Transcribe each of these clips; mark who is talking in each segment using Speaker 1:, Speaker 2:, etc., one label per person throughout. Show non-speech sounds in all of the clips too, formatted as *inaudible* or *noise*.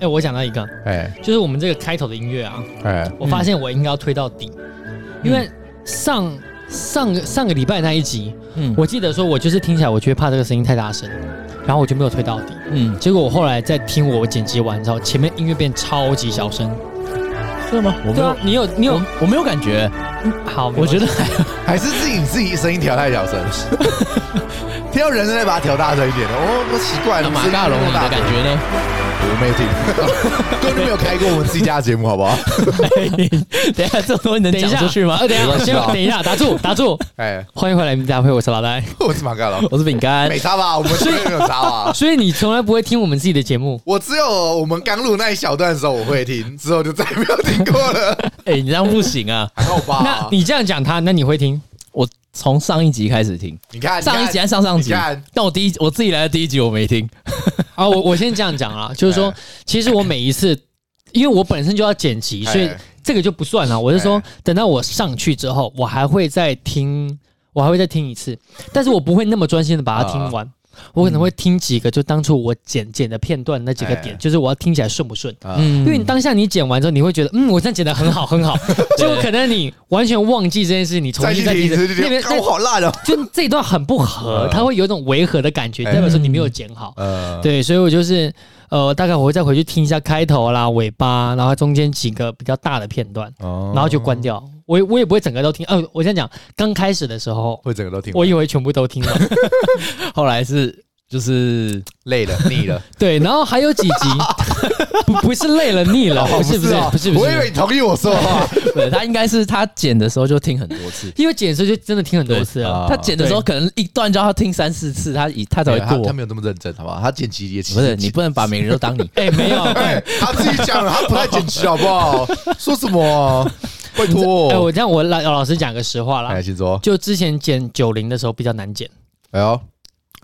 Speaker 1: 哎、我讲到一个，
Speaker 2: 哎
Speaker 1: 就是我们这个开头的音乐啊，
Speaker 2: 哎，
Speaker 1: 我发现我应该要推到底，
Speaker 3: 嗯
Speaker 1: 因为上上个上个礼拜那一集，
Speaker 3: 嗯
Speaker 1: 我记得说我就是听起来我觉得怕这个声音太大声，然后我就没有推到底。
Speaker 3: 嗯，
Speaker 1: 结果我后来在听我剪辑完之后，前面音乐变超级小声。
Speaker 3: 真的吗？我没
Speaker 1: 对
Speaker 3: 有
Speaker 1: 啊，，你有你有
Speaker 3: 我我没有感觉，
Speaker 1: 好，
Speaker 3: 我觉得
Speaker 1: 没关系
Speaker 2: 还是自己你自己声音调太小声，听到人声再把它调大声一点的，哦，我奇怪，
Speaker 3: 那
Speaker 2: 你
Speaker 3: 马
Speaker 2: 声音
Speaker 3: 大龙
Speaker 2: 那
Speaker 3: 你
Speaker 2: 么大
Speaker 3: 的感觉呢？
Speaker 2: 我没有听， *laughs* 根本就没有开过我们自己家的节目，好不好？
Speaker 3: *laughs* 等一下，这种东西能
Speaker 1: 等一
Speaker 3: *laughs* 讲
Speaker 1: 下
Speaker 3: 出去吗？
Speaker 1: 呃等一
Speaker 3: 没
Speaker 1: 下，
Speaker 3: 关系啊
Speaker 1: 先
Speaker 3: 吧
Speaker 1: 等一下，打住打住，
Speaker 2: 哎，
Speaker 1: 欢迎回来，大家会我是老
Speaker 3: *laughs*
Speaker 1: 戴。
Speaker 2: *laughs* 我是马大龙，
Speaker 3: 我是饼干
Speaker 2: 没，差吧？我们绝对没有
Speaker 1: *laughs*
Speaker 2: 差吧？
Speaker 1: 所以你从来不会听我们自己的节目，
Speaker 2: 我只有我们刚录那一小段的时候我会听，之后就再也没有听过了，
Speaker 3: 哎，你这样不行啊！
Speaker 2: 还好吧？
Speaker 1: 那你这样讲他，那你会听？
Speaker 3: 我从上一集开始听，
Speaker 2: 你看
Speaker 3: 上一集还是上上集
Speaker 2: 你看，
Speaker 3: 但我第一我自己来的第一集我没听，
Speaker 1: 啊，我我先这样讲啊，就是说
Speaker 2: 哎，
Speaker 1: 其实我每一次，因为我本身就要剪辑，
Speaker 2: 哎
Speaker 1: 所以这个就不算了。我是说，等到我上去之后，我还会再听，我还会再听一次，但是我不会那么专心的把它听完。
Speaker 2: 啊
Speaker 1: 我可能会听几个，就当初我剪剪的片段那几个点，
Speaker 2: 哎
Speaker 1: 就是我要听起来顺不顺。
Speaker 2: 啊
Speaker 3: 嗯，
Speaker 1: 因为你当下你剪完之后，你会觉得，嗯，我这样剪的很好，很
Speaker 2: *laughs*
Speaker 1: 好。结果可能你完全忘记这件事，你重
Speaker 2: 再
Speaker 1: 新
Speaker 2: 去
Speaker 1: 再
Speaker 2: 听
Speaker 1: 听
Speaker 2: 一
Speaker 1: 一次
Speaker 2: 次就
Speaker 1: 那
Speaker 2: 觉
Speaker 1: 边
Speaker 2: 得，看我好烂哦。
Speaker 1: 就这一段很不合，它会有一种违和的感觉，
Speaker 2: 哎
Speaker 1: 代表说你没有剪好。
Speaker 2: 呃，
Speaker 1: 对，所以我就是呃，大概我会再回去听一下开头啦、尾巴，然后中间几个比较大的片段，
Speaker 2: 然
Speaker 1: 然后就关掉。我也我也不会整个都听。呃，我先讲，刚开始的时候，
Speaker 2: 会整个都听完，
Speaker 1: 我以为全部都听
Speaker 2: *laughs*
Speaker 1: 了，
Speaker 3: 后来是就是
Speaker 2: 累了腻了，
Speaker 1: 对，然后还有几集 *laughs* 不不是累了腻
Speaker 2: 아,
Speaker 1: 了，不是不是
Speaker 2: 哦
Speaker 1: 不是不
Speaker 2: 我以为
Speaker 1: 是，
Speaker 2: 你同意我说的话，
Speaker 3: *laughs* 对他应该是他剪的时候就听很
Speaker 2: 뭐
Speaker 3: 多次，
Speaker 1: 因为剪的时候就真的听很多
Speaker 3: 哦对
Speaker 1: 次了。，
Speaker 2: 啊
Speaker 3: 他剪的时候可能一段就要听三四次，他一他才
Speaker 2: 对他
Speaker 3: 会过
Speaker 2: 他。没有那么认真，好不好？他剪辑也其
Speaker 3: 不
Speaker 2: 实
Speaker 3: 是你不能把每个人都当 *laughs* 你
Speaker 1: 哎，没
Speaker 2: *laughs*
Speaker 1: 有，哎，
Speaker 2: 哎，他自己讲了，他不太剪辑，好不好？说什么啊？拜托，
Speaker 1: 哎我这样我老老实讲个实话啦
Speaker 2: 哎，，先说，
Speaker 1: 就之前剪九零的时候比较难剪，
Speaker 2: 哎呦，我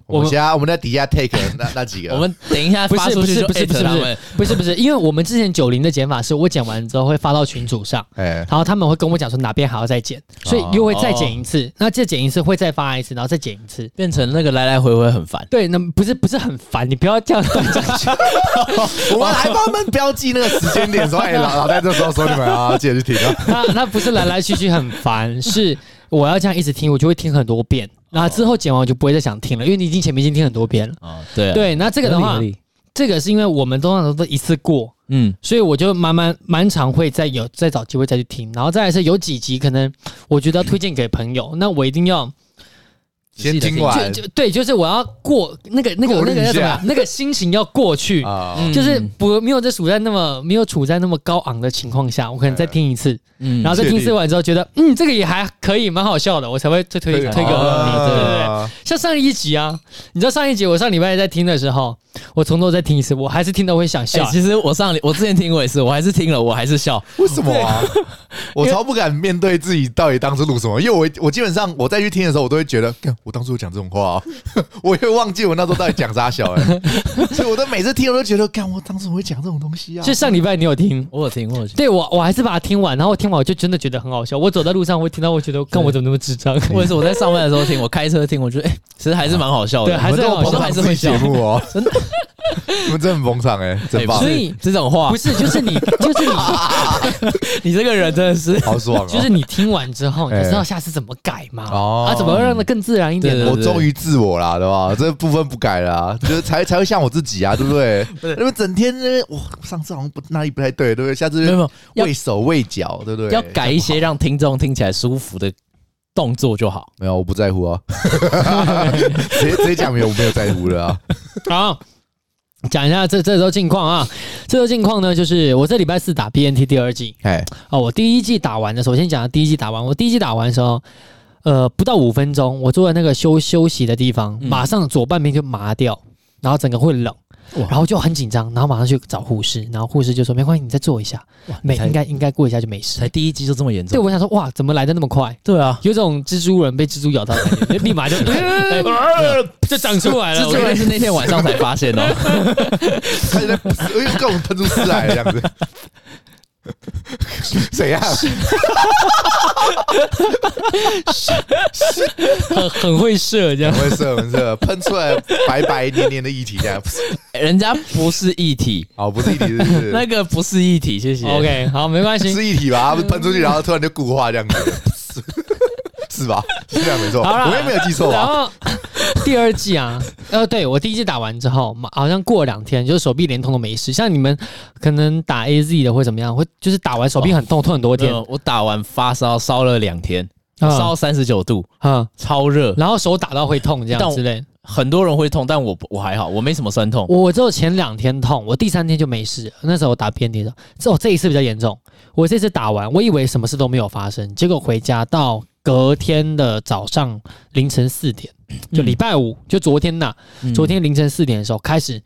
Speaker 1: 我
Speaker 2: 们
Speaker 1: 们
Speaker 2: 现在我们在底下 take 那那几个，
Speaker 3: 我们等一下
Speaker 1: 不
Speaker 3: 发
Speaker 1: 是
Speaker 3: 出
Speaker 1: 不
Speaker 3: 去
Speaker 1: 是
Speaker 3: 就
Speaker 1: 不是
Speaker 3: at
Speaker 1: 不是
Speaker 3: 他
Speaker 1: 不
Speaker 3: 们
Speaker 1: 是不是不是，因为我们之前九零的剪法是我剪完之后会发到群组上，
Speaker 2: 哎，
Speaker 1: 然后他们会跟我讲说哪边还要再剪，所以又会再剪一次，那再剪一次会再发一次，然后再剪一次。
Speaker 3: 变成那个来来回回很烦。
Speaker 1: 对，那不是不是很烦，你不要这样断章取义。
Speaker 2: 我们还帮他们标记那个时间点，说，哎，老老戴这时候说你们啊，记得去听啊。
Speaker 1: *laughs* 那那不是来来去去很烦，是我要这样一直听，我就会听很多遍，然后之后剪完我就不会再想听了，因为你已经前面已经听很多遍了。
Speaker 3: 啊，对啊，
Speaker 1: 对，那这个的话
Speaker 3: 合理，合理
Speaker 1: 这个是因为我们通常都是一次过，
Speaker 3: 嗯，
Speaker 1: 所以我就慢慢蛮常会再有再找机会再去听，然后再来是有几集可能我觉得要推荐给朋友，那我一定要
Speaker 2: 先听完
Speaker 1: 就就对，就是我要过那个那个
Speaker 2: 过滤
Speaker 1: 那个
Speaker 2: 一
Speaker 1: 要
Speaker 2: 下
Speaker 1: 怎么样，那个心情要过去，
Speaker 2: 啊，
Speaker 3: 嗯
Speaker 1: 就是不没有在处在那么没有处在那么高昂的情况下，我可能再听一次，
Speaker 3: 嗯，
Speaker 1: 然后再听一
Speaker 2: 确
Speaker 1: 次
Speaker 2: 定
Speaker 1: 完之后觉得嗯这个也还可以，蛮好笑的，我才会再推
Speaker 2: 아.
Speaker 1: 推给我
Speaker 3: 哦
Speaker 1: 你，对对对。
Speaker 2: 啊
Speaker 1: 像上一集啊，你知道上一集我上礼拜在听的时候，我从头再听一次，我还是听到会想
Speaker 3: 哎、
Speaker 1: 笑。
Speaker 3: 其实我上我之前听过一次，我还是听了，我还是笑。
Speaker 2: 为什么啊？我超不敢面对自己到底当初录什么，因为我我基本上我再去听的时候，我都会觉得，干我当初有讲这种话、啊， *laughs* 我也忘记我那时候到底讲啥小了、欸
Speaker 3: *laughs*
Speaker 2: 所以我都每次听我都觉得，干我当初怎么会讲这种东西啊？
Speaker 1: 就上礼拜你有听，
Speaker 3: 我有听，我有听。
Speaker 1: 对我，我还是把它听完，然后我听完我就真的觉得很好笑。我走在路上，我听到我觉得，看我怎么那么智障？
Speaker 3: 或者是我在上班的时候听，我开车听，我觉得哎、其实还是蛮好笑的。
Speaker 1: 对还是很好
Speaker 2: 我
Speaker 1: 笑
Speaker 2: 们
Speaker 3: 还
Speaker 2: 还
Speaker 3: 是
Speaker 2: 是
Speaker 3: 会
Speaker 2: 会
Speaker 3: 笑
Speaker 2: 节目哦，
Speaker 3: 真的
Speaker 2: *laughs* 你们真的很捧场哎、真棒
Speaker 1: 不
Speaker 3: 所
Speaker 1: 是，
Speaker 3: 以这种话
Speaker 1: 不，是，就是你，就是你， *laughs*
Speaker 3: 你这个人真的是，
Speaker 2: 好爽哦！
Speaker 1: 就是你听完之后，
Speaker 2: 哎
Speaker 1: 你知道下次怎么改吗？
Speaker 2: 哦
Speaker 1: 啊，怎么让它更自然一点
Speaker 3: 对
Speaker 1: 呢？
Speaker 3: 对
Speaker 2: 我终于自我啦，对吧？这部分不改了、啊，就是才才会像我自己啊，对不对？那么整天呢，我上次好像不哪里不太对，对不对？下次
Speaker 3: 没有没有要
Speaker 2: 畏手畏脚，对不对？
Speaker 3: 要改一些让听众听起来舒服的动作就好。
Speaker 2: 没有，我不在乎 *laughs* 啊，直接直接讲没有，我没有在乎的啊。
Speaker 1: 好，讲一下这这周近况啊。这周近况呢，就是我这礼拜四打 BNT 第二季
Speaker 2: 哎，
Speaker 1: 哦，我第一季打完的时候，我先讲第一季打完，我第一季打完的时候。呃，不到五分钟，我坐在那个休休息的地方，
Speaker 3: 嗯
Speaker 1: 马上左半边就麻掉，然后整个会冷，然后就很紧张，然后马上去找护士，然后护士就说没关系，你再做一下，
Speaker 3: 哇
Speaker 1: 没
Speaker 3: 才
Speaker 1: 应该应该过一下就没事。
Speaker 3: 才第一季就这么严
Speaker 1: 对，
Speaker 3: 重？
Speaker 1: 我想说哇，怎么来的那么快？
Speaker 3: 对啊，
Speaker 1: 有种蜘蛛人被蜘蛛咬到的感觉，
Speaker 3: *laughs*
Speaker 1: 就立马就
Speaker 2: 哎
Speaker 1: 就长出来了。
Speaker 3: 蜘
Speaker 1: 我
Speaker 3: 蛛
Speaker 1: 跟你
Speaker 3: 人是那天晚上才发现哦。
Speaker 2: *laughs* 他就在，哎呦，各种喷出丝来这样子。怎样？
Speaker 1: *laughs* 很很会射这样。
Speaker 2: 我也是，我也是，喷出来白白黏黏的液体这样。
Speaker 3: 哎人家不是一体，
Speaker 2: 哦，不是液体，是不
Speaker 3: 那
Speaker 2: 是
Speaker 3: 个不是一体，谢谢。
Speaker 1: *laughs* OK，好，没关系。
Speaker 2: 是液体吧？它喷出去，然后突然就固化这样 *laughs* 子，是吧？是这样没错，
Speaker 1: 好啦
Speaker 2: 我也没有记
Speaker 3: 啊
Speaker 2: 错啊
Speaker 1: 然
Speaker 2: 吧？
Speaker 1: 后第二季啊，呃，对我第一季打完之后，马好像过两天就是手臂连痛都没事。像你们可能打 AZ 的会怎么样？会就是打完手臂很痛，痛很多天
Speaker 3: 没，有我打完发烧，烧了两天，
Speaker 1: 嗯
Speaker 3: 烧三十九度，
Speaker 1: 嗯，
Speaker 3: 超热。
Speaker 1: 然后手打到会痛这
Speaker 3: 但
Speaker 1: 样
Speaker 3: 我
Speaker 1: 之类。
Speaker 3: 很多人会痛，但我不我还好，我没什么酸痛。
Speaker 1: 我只有前两天痛，我第三天就没事了。那时候我打 BNT 的，这我这一次比较严重。我这次打完，我以为什么事都没有发生，结果回家到隔天的早上凌晨四点，就礼拜五，就昨天呐、
Speaker 3: 嗯
Speaker 1: 昨，天凌晨四点的时候开始，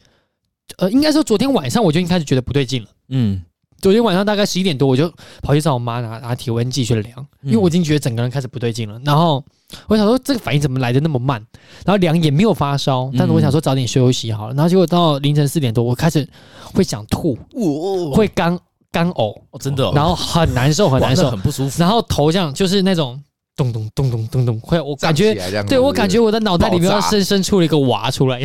Speaker 1: 呃，应该说昨天晚上我就已经开始觉得不对劲了。
Speaker 3: 嗯，
Speaker 1: 昨天晚上大概十一点多，我就跑去找我妈拿拿体温计去量，
Speaker 3: 嗯
Speaker 1: 因为我已经觉得整个人开始不对劲了。然后我想说，这个反应怎么来的那么慢？然后量也没有发
Speaker 3: 嗯
Speaker 1: 烧，但是我想说早点休息好了。然后结果到凌晨四点多，我开始会想吐，
Speaker 3: 我
Speaker 1: 会干干呕，
Speaker 3: 哦真的哦，
Speaker 1: 然后很难受，很
Speaker 3: 哇
Speaker 1: 难
Speaker 3: 那
Speaker 1: 受，
Speaker 3: 很不舒服。
Speaker 1: 然后头这样就是那种咚咚咚咚咚咚，会我感
Speaker 2: 站起
Speaker 1: 觉。
Speaker 2: 来这样子啊
Speaker 1: 对，我感觉我的脑袋里面
Speaker 2: 爆炸
Speaker 1: 要深深出了一个娃出
Speaker 3: *laughs*
Speaker 1: 来，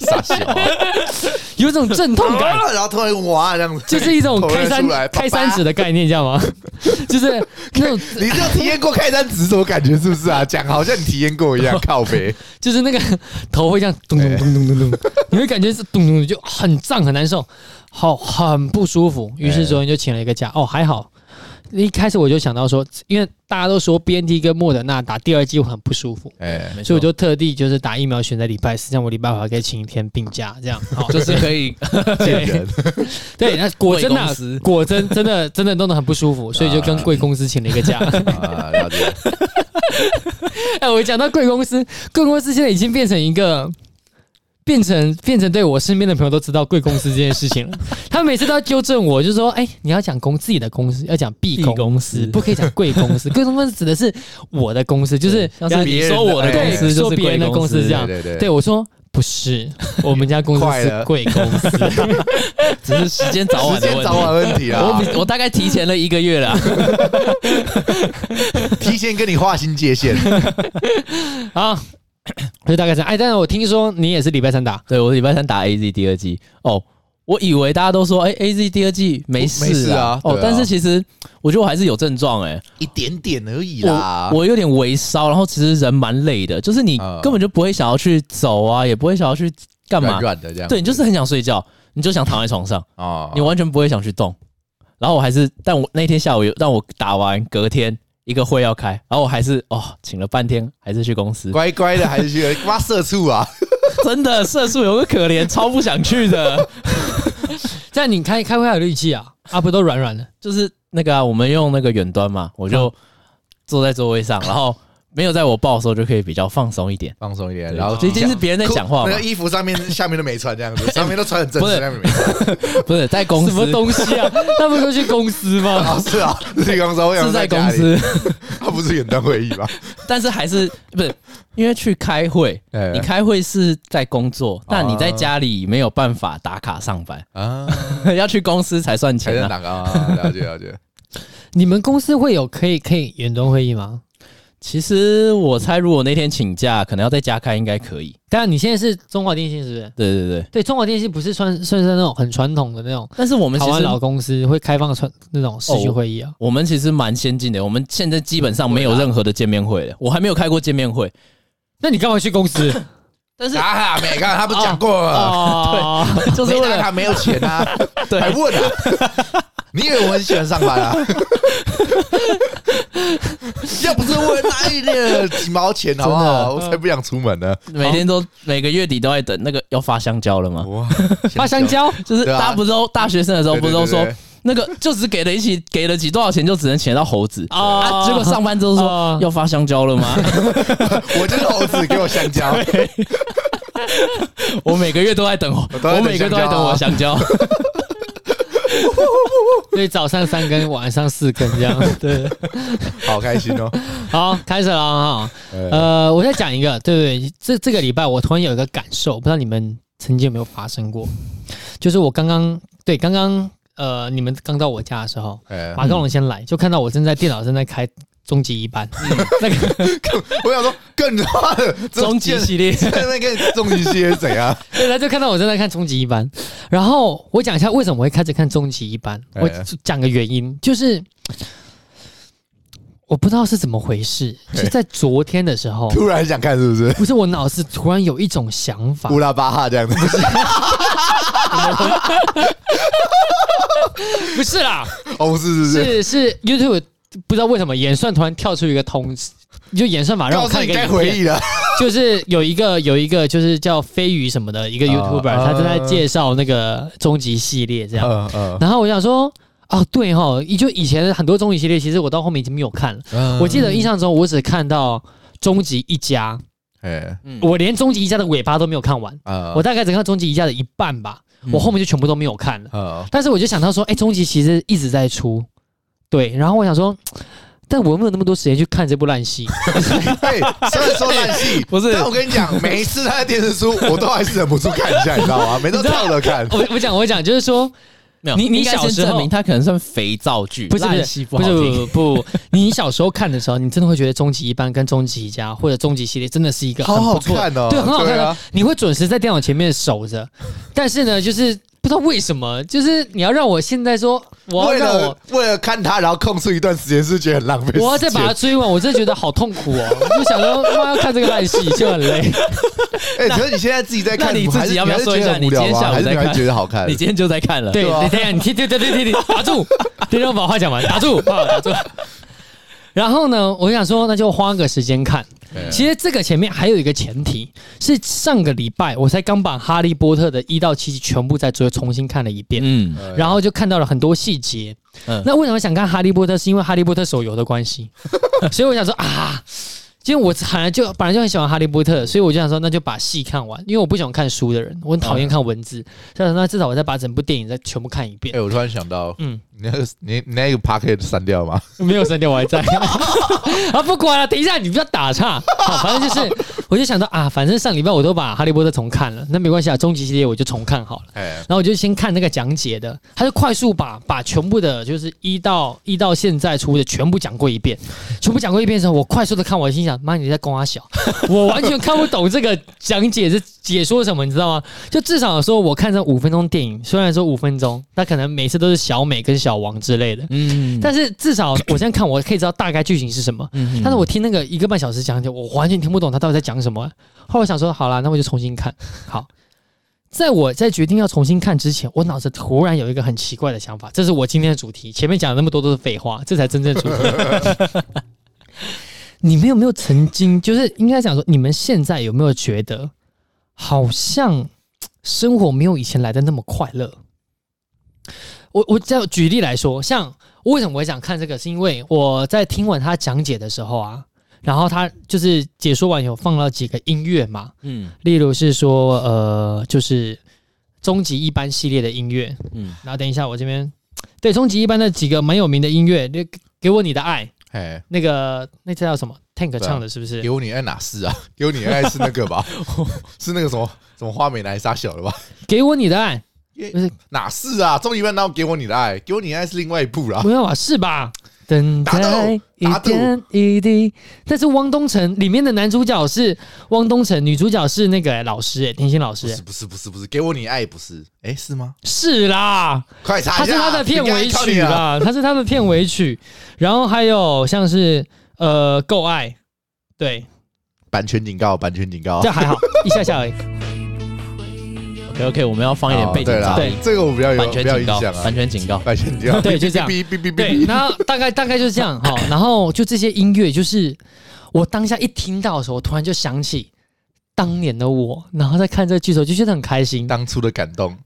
Speaker 2: 傻笑啊，
Speaker 1: *laughs* 有一种阵痛感，
Speaker 2: 然后突然哇这样子，
Speaker 1: 就是一种
Speaker 2: 头
Speaker 1: 开
Speaker 2: 伸
Speaker 1: 山
Speaker 2: 出来
Speaker 1: 开
Speaker 2: 爸爸
Speaker 1: 山指的概念，知道吗？ *laughs* 就是那种
Speaker 2: 你就体验过开单子是什么感觉？是不是啊？讲好像你体验过一
Speaker 1: *laughs*
Speaker 2: 样，靠背。
Speaker 1: 就是那个头会这样咚咚咚咚咚咚，你会感觉是咚咚就很胀很难受，好很不舒服。于是昨天就请了一个假，哦还好。一开始我就想到说，因为大家都说 BNT 跟莫德纳打第二剂会很不舒服，
Speaker 2: 哎，
Speaker 3: 没错
Speaker 1: 所以我就特地就是打疫苗选在礼拜四，这样我礼拜五还可以请一天病假，这样哦好
Speaker 3: 哦就是可 *laughs* 以
Speaker 2: 见人
Speaker 1: *laughs* 对，那果真
Speaker 3: 贵公
Speaker 1: 的啊
Speaker 3: 司
Speaker 1: 果真真的真的弄得很不舒服，所以就跟贵公司请了一个假。
Speaker 2: 啊，了
Speaker 3: *laughs*
Speaker 2: 解。
Speaker 1: *laughs* 哎，我讲到贵公司，贵公司现在已经变成一个。变成变成对我身边的朋友都知道贵公司这件事情了，他每次都要纠正我，就说：“哎、你要讲公自己的公司，要讲 B 公司，
Speaker 3: 公司
Speaker 1: 不可以讲贵公司。贵公司指的是我的公司，就是
Speaker 3: 像是你
Speaker 2: 别人的
Speaker 3: 说我的
Speaker 2: 哎
Speaker 3: 公司，
Speaker 1: 对
Speaker 3: 就
Speaker 1: 说
Speaker 3: 是
Speaker 1: 别人的
Speaker 3: 贵
Speaker 1: 公司这样。
Speaker 2: 对对
Speaker 1: 对我说：“不是，我们家公司
Speaker 2: 快
Speaker 1: 是
Speaker 2: 了
Speaker 1: 贵公司。
Speaker 3: *laughs* 只是时间早晚
Speaker 2: 时
Speaker 3: 的
Speaker 2: 间
Speaker 3: 问
Speaker 2: 早晚
Speaker 3: 题。
Speaker 2: 问题
Speaker 3: 我
Speaker 2: 啊，
Speaker 3: 比我大概提前了一个月
Speaker 1: *laughs*
Speaker 3: 了，
Speaker 2: 提前跟你划清界
Speaker 3: *laughs*
Speaker 2: 限。
Speaker 1: 好，就大概是哎，但是我听说你也是礼拜三打，
Speaker 3: 对我礼拜三打 AZ 第二季哦，我以为大家都说哎、AZ 第二季没
Speaker 2: 没事
Speaker 3: 事
Speaker 2: 啊
Speaker 3: 哦
Speaker 2: 对，啊
Speaker 3: 但是其实我觉得我还是有症状哎、
Speaker 2: 一点点而已啦
Speaker 3: 我。我有点微烧，然后其实人蛮累的，就是你
Speaker 2: 嗯
Speaker 3: 根本就不会想要去走啊，也不会想要去干
Speaker 2: 软，
Speaker 3: 嘛
Speaker 2: 软的这样，
Speaker 3: 对你就是很想睡觉，你就想躺在床上，
Speaker 2: 啊
Speaker 3: 你完全不会想去动。然后我还是，但我那天下午有，但我打完隔天一个会要开，然后我还是哦，请了半天，还是去公司，
Speaker 2: 乖乖的还是去挖社畜
Speaker 3: *laughs*
Speaker 2: 啊？
Speaker 3: 真的社畜有个可怜，超不想去的，
Speaker 1: 这样你开开会还有力气啊，啊不都软软的。”
Speaker 3: 就是那个、啊、我们用那个远端嘛，我就坐在座位上，然后没有在我报的时候就可以比较放松一点，
Speaker 2: 放松一点，
Speaker 3: 对
Speaker 2: 然后
Speaker 3: 就已经是别人在讲话
Speaker 2: 裤
Speaker 3: 嘛
Speaker 2: 那个，衣服上面下面都没穿这样子，上面都
Speaker 3: *laughs*
Speaker 2: 穿很正
Speaker 3: 不
Speaker 2: 式，
Speaker 3: 是
Speaker 2: 下面没穿。
Speaker 3: 不是在公司
Speaker 1: 什么东西
Speaker 3: *laughs*
Speaker 1: 啊？那不是都去公司 *laughs*
Speaker 2: *laughs*
Speaker 1: 吗？
Speaker 2: 啊，是啊，是去公司，我想说
Speaker 3: 是在公
Speaker 2: 家里，
Speaker 3: 司， *laughs*
Speaker 2: 他不是远端会议吧？
Speaker 3: 但是还是不是因为去开会，
Speaker 2: 哎
Speaker 3: *laughs* 你开会是在工作，但你
Speaker 2: 哦
Speaker 3: 在家里没有办法打卡上班， *laughs*
Speaker 2: 啊，
Speaker 3: 要去公司才算
Speaker 2: 才
Speaker 3: 钱
Speaker 2: 在哪
Speaker 3: 啊。
Speaker 2: 个啊？了解了解，
Speaker 1: 你们公司会有可以可以远端会议吗？
Speaker 3: 其实我猜，如果那天请假，可能要在家开，应该可以。
Speaker 1: 当然，你现在是中华电信是不是？
Speaker 3: 对对对，
Speaker 1: 对，中华电信不是算算是那种很传统的那种
Speaker 3: 但是我们
Speaker 1: 台
Speaker 3: 其
Speaker 1: 湾
Speaker 3: 实哦
Speaker 1: 老公司会开放传那种视讯会议啊。
Speaker 3: 我们其实蛮先进的，我们现在基本上没有
Speaker 2: 啊
Speaker 3: 任何的见面会了，我还没有开过见
Speaker 2: *laughs*
Speaker 3: 面会。
Speaker 1: 那你干嘛去公
Speaker 3: *laughs*
Speaker 1: 司？
Speaker 3: *laughs* 但是啊
Speaker 2: 打卡啊没？刚才他不是讲过了，
Speaker 1: 哦，
Speaker 3: 就是
Speaker 2: 没
Speaker 3: 为
Speaker 2: 打
Speaker 3: 了
Speaker 2: 卡没有钱
Speaker 1: *laughs*
Speaker 2: 啊，
Speaker 3: 对
Speaker 2: 还问啊？你以为我很喜欢上
Speaker 1: *laughs*
Speaker 2: 班啊？要不是为了那一点几毛钱，好不好？我才不想出门呢。
Speaker 3: 每天都每个月底都在等那个要发香蕉了吗？
Speaker 1: *laughs*
Speaker 2: 哇，
Speaker 1: 发哦香蕉，
Speaker 3: 就是
Speaker 2: 对啊
Speaker 3: 大家不是都大学生的时候
Speaker 2: 对
Speaker 3: 不
Speaker 2: 对
Speaker 3: 是都
Speaker 2: 对
Speaker 3: 说
Speaker 2: 对
Speaker 3: 那个就只给了一起给了几多少钱就只能请到猴
Speaker 2: *laughs*
Speaker 3: 子
Speaker 1: 哦
Speaker 3: 啊，结果
Speaker 1: *laughs*
Speaker 3: 上班之后
Speaker 1: 哦
Speaker 2: 啊
Speaker 3: 说要发香蕉了吗？
Speaker 2: *laughs* 我就是猴子，给我
Speaker 1: *laughs*
Speaker 2: 香蕉。
Speaker 3: 我每个月都在等我，
Speaker 2: 都在
Speaker 3: 我
Speaker 2: 等
Speaker 3: 每个月都在
Speaker 2: 香蕉啊
Speaker 3: 等我香蕉，
Speaker 1: 所以早上三根，晚上四根这
Speaker 3: *laughs*
Speaker 1: 样。对，
Speaker 2: 好开心
Speaker 1: *laughs*
Speaker 2: 哦！
Speaker 1: 好，开始了啊。
Speaker 2: 呃，
Speaker 1: 呃，我再讲一个，对对对，这这个礼拜我突然有一个感受，不知道你们曾经有没有发生过，就是我刚刚对刚刚呃，你们刚到我家的时候，
Speaker 2: 哎，
Speaker 1: 马高龙先来，就看到我正在电脑正在开终极一班， *laughs* 那个
Speaker 2: 我想说，更 *laughs* 他妈的
Speaker 1: 终极系列，
Speaker 2: 在那个终极系列是怎样？
Speaker 1: 对，他就看到我正在看终极一班，然后我讲一下为什么我会开始看终极一班，
Speaker 2: 哎
Speaker 1: 我讲个原因，就是我不知道是怎么回事，
Speaker 2: 哎
Speaker 1: 就在昨天的时 *laughs* 候，
Speaker 2: 突然想看是不是？
Speaker 1: 不是我脑子突然有一种想法
Speaker 2: 乌，拉巴哈这样子，
Speaker 1: *laughs* 不是啦，
Speaker 2: 哦，是是
Speaker 1: 是
Speaker 2: 是，
Speaker 1: 是 YouTube 不知道为什么演算突然跳出一个通知，就演算法让
Speaker 2: 告
Speaker 1: 我
Speaker 2: 诉
Speaker 1: 看一
Speaker 2: 你
Speaker 1: 个
Speaker 2: 该
Speaker 1: 影
Speaker 2: 回
Speaker 1: 片
Speaker 2: 忆
Speaker 1: *laughs*
Speaker 2: 了。
Speaker 1: 就是有一个有一个就是叫飞鱼什么的一个
Speaker 2: 啊
Speaker 1: YouTuber，、
Speaker 2: 啊
Speaker 1: 他正在介绍那个终极系列这样。
Speaker 2: 嗯嗯
Speaker 1: 然后我想说，哦对哈，就以前很多终极系列，其实我到后面已经没有看了。
Speaker 2: 嗯
Speaker 1: 我记得印象中，我只看到终极一家，
Speaker 2: 哎
Speaker 3: 嗯
Speaker 1: 我连终极一家的尾巴都没有看完，
Speaker 2: 啊
Speaker 1: 我大概只看到终极一家的一半吧，我后面就全部都没有看了。
Speaker 2: 啊
Speaker 1: 但是我就想到说，哎、终极其实一直在出，对。然后我想说，但我又没有那么多时间去看这部烂戏，
Speaker 2: 哎，虽然说烂戏
Speaker 3: *laughs* 不是
Speaker 2: 但我跟你讲，每一次他的电视书，我都还是忍不住看一下，你知道吗？每次都跳着看。
Speaker 1: 我我讲我讲，就是说，
Speaker 3: 没有，
Speaker 1: 你你
Speaker 3: 应该
Speaker 1: 小
Speaker 3: 先
Speaker 1: 时候
Speaker 3: 证明它可能算肥皂剧，
Speaker 1: 不是不
Speaker 3: 烂
Speaker 1: 是
Speaker 3: 戏
Speaker 1: 不
Speaker 3: 好
Speaker 1: 是
Speaker 3: 听
Speaker 1: 不不，你小时候看的时候，你真的会觉得终极一班跟终极一家或者终极系列真的是一个很
Speaker 2: 好好
Speaker 1: 不错的
Speaker 2: 看哦
Speaker 1: 对，很好看
Speaker 2: 对
Speaker 1: 的、
Speaker 2: 啊
Speaker 1: 你会准时在电脑前面守着，但是呢，就是不知道为什么，就是你要让我现在说，我要
Speaker 2: 为
Speaker 1: 让我
Speaker 2: 了。为了看他，然后空出一段时间，是觉得很浪费时间。
Speaker 1: 我要再把它追完，我真的觉得好痛苦哦！我就想说，妈要看这个烂戏就很累。
Speaker 2: *laughs* 哎，可是你现在自己在看，
Speaker 3: *laughs* 那你自己
Speaker 2: 还是
Speaker 3: 要不要
Speaker 2: 还是
Speaker 3: 说一
Speaker 2: 觉得
Speaker 3: 下
Speaker 2: 很
Speaker 3: 你
Speaker 2: 无聊
Speaker 3: 今天
Speaker 2: 吗
Speaker 3: 下午
Speaker 2: 还是
Speaker 3: 在
Speaker 2: 你还
Speaker 3: 看
Speaker 2: 觉得好看？
Speaker 3: 你今天就在看了，
Speaker 1: 对，
Speaker 2: 对啊
Speaker 1: 你等一下，你听，对对对对对， *laughs* 打住，别让我把话讲完，打住， *laughs* 啊，打住。然后呢，我想说，那就花个时间看。
Speaker 2: 哎
Speaker 1: 其实这个前面还有一个前提是，上个礼拜我才刚把《哈利波特》的一到七集全部再追重新看了一遍，
Speaker 3: 嗯
Speaker 2: 呃
Speaker 1: 然后就看到了很多细节。
Speaker 3: 嗯
Speaker 1: 那为什么想看《哈利波特》？是因为《哈利波特》手游的关 *laughs* 系，所以我想说啊。因为我本来就本来就很喜欢哈利波特，所以我就想说，那就把戏看完，因为我不喜欢看书的人，我很讨厌看文字，所以我想说那至少我再把整部电影再全部看一遍。
Speaker 2: 哎，我突然想到，
Speaker 1: 嗯
Speaker 2: 嗯，你那个你你那个 p a c k e t 删掉吗？
Speaker 1: *laughs* 没有删掉，我还在。 *laughs* 啊，不管了，等一下你不要打岔。好，反正就是，我就想到啊，反正上礼拜我都把《哈利波特》重看了，那没关系啊，终极系列我就重看好了。
Speaker 2: 哎，
Speaker 1: 然后我就先看那个讲解的，他就快速把把全部的，就是一到一到现在出的全部讲过一遍，全部讲过一遍的时候，我快速的看，我心想，妈你在跟我小，我完全看不懂这个讲解是解说什么，你知道吗？就至少说我看这五分钟电影，虽然说五分钟，但可能每次都是小美跟小王之类的，
Speaker 3: 嗯
Speaker 1: 但是至少我现在看，我可以知道大概剧情是什么。
Speaker 3: 嗯
Speaker 1: 但是我听那个一个半小时讲解，我完全听不懂他到底在讲什么。后来我想说，好啦，那我就重新看。 *laughs* 好，在我在决定要重新看之前，我脑子突然有一个很奇怪的想法，这是我今天的主题。前面讲了那么多都是废话，这才真正的主题。 *laughs* 你们有没有曾经，就是应该讲说，你们现在有没有觉得，好像生活没有以前来的那么快乐？我我这样举例来说，像我为什么我会想看这个，是因为我在听完他讲解的时候啊，然后他就是解说完有放了几个音乐嘛，
Speaker 3: 嗯
Speaker 1: 例如是说呃，就是终极一班系列的音乐，
Speaker 3: 嗯
Speaker 1: 然后等一下我这边对终极一班的几个蛮有名的音乐，那个给我你的爱，
Speaker 2: 哎，
Speaker 1: 那个那叫什么 Tank
Speaker 2: 对啊
Speaker 1: 唱的是不是？
Speaker 2: 给我你爱哪是啊？ *laughs* 给我你爱是那个
Speaker 3: *laughs*
Speaker 2: 吧？是那个什么什么花美男杀小的吧？
Speaker 1: 给我你的
Speaker 2: *laughs*
Speaker 1: 爱，
Speaker 2: 哪是啊？终于问到给我你的爱，给我你的爱是另外一部啦。
Speaker 1: 没有啊，是吧？等
Speaker 2: 打
Speaker 1: 待
Speaker 2: 赌
Speaker 1: 一
Speaker 2: 打赌
Speaker 1: 点一滴，但是汪东城里面的男主角是汪东城，女主角是那个、老师、欸，甜心老师、
Speaker 2: 不
Speaker 1: 欸
Speaker 2: 是，不是不是不是，给我你爱不是？哎，是吗？
Speaker 1: 是啦，
Speaker 2: 快查
Speaker 1: 他
Speaker 2: 一
Speaker 1: 是
Speaker 2: 下，
Speaker 1: 他的片尾曲
Speaker 2: 啊！
Speaker 1: 啦， *laughs* 他是他的片尾曲，然后还有像是呃够爱，对，
Speaker 2: 版权警告，版权警告
Speaker 1: 这。还
Speaker 2: *laughs*
Speaker 1: 好，一下下而已。
Speaker 3: ，OK OK，我们要放一点
Speaker 2: 哦
Speaker 3: 背景
Speaker 2: 对啦
Speaker 3: 噪音，
Speaker 2: 这个我比较有
Speaker 3: 版
Speaker 2: 比
Speaker 3: 权
Speaker 2: 较
Speaker 3: 警
Speaker 2: 印
Speaker 3: 告，
Speaker 2: 象啊
Speaker 3: 版，权警告。
Speaker 2: 版权警告。 *laughs*
Speaker 1: 对就这样
Speaker 2: 哔哔哔哔
Speaker 1: 对，
Speaker 2: 哔哔。
Speaker 1: 然后大概大概就是这样哈。然后就这些音乐，就是我当下一听到的时候，我突然就想起当年的我，然后在看这个剧的时候就觉得很开心。
Speaker 2: 当初的感动，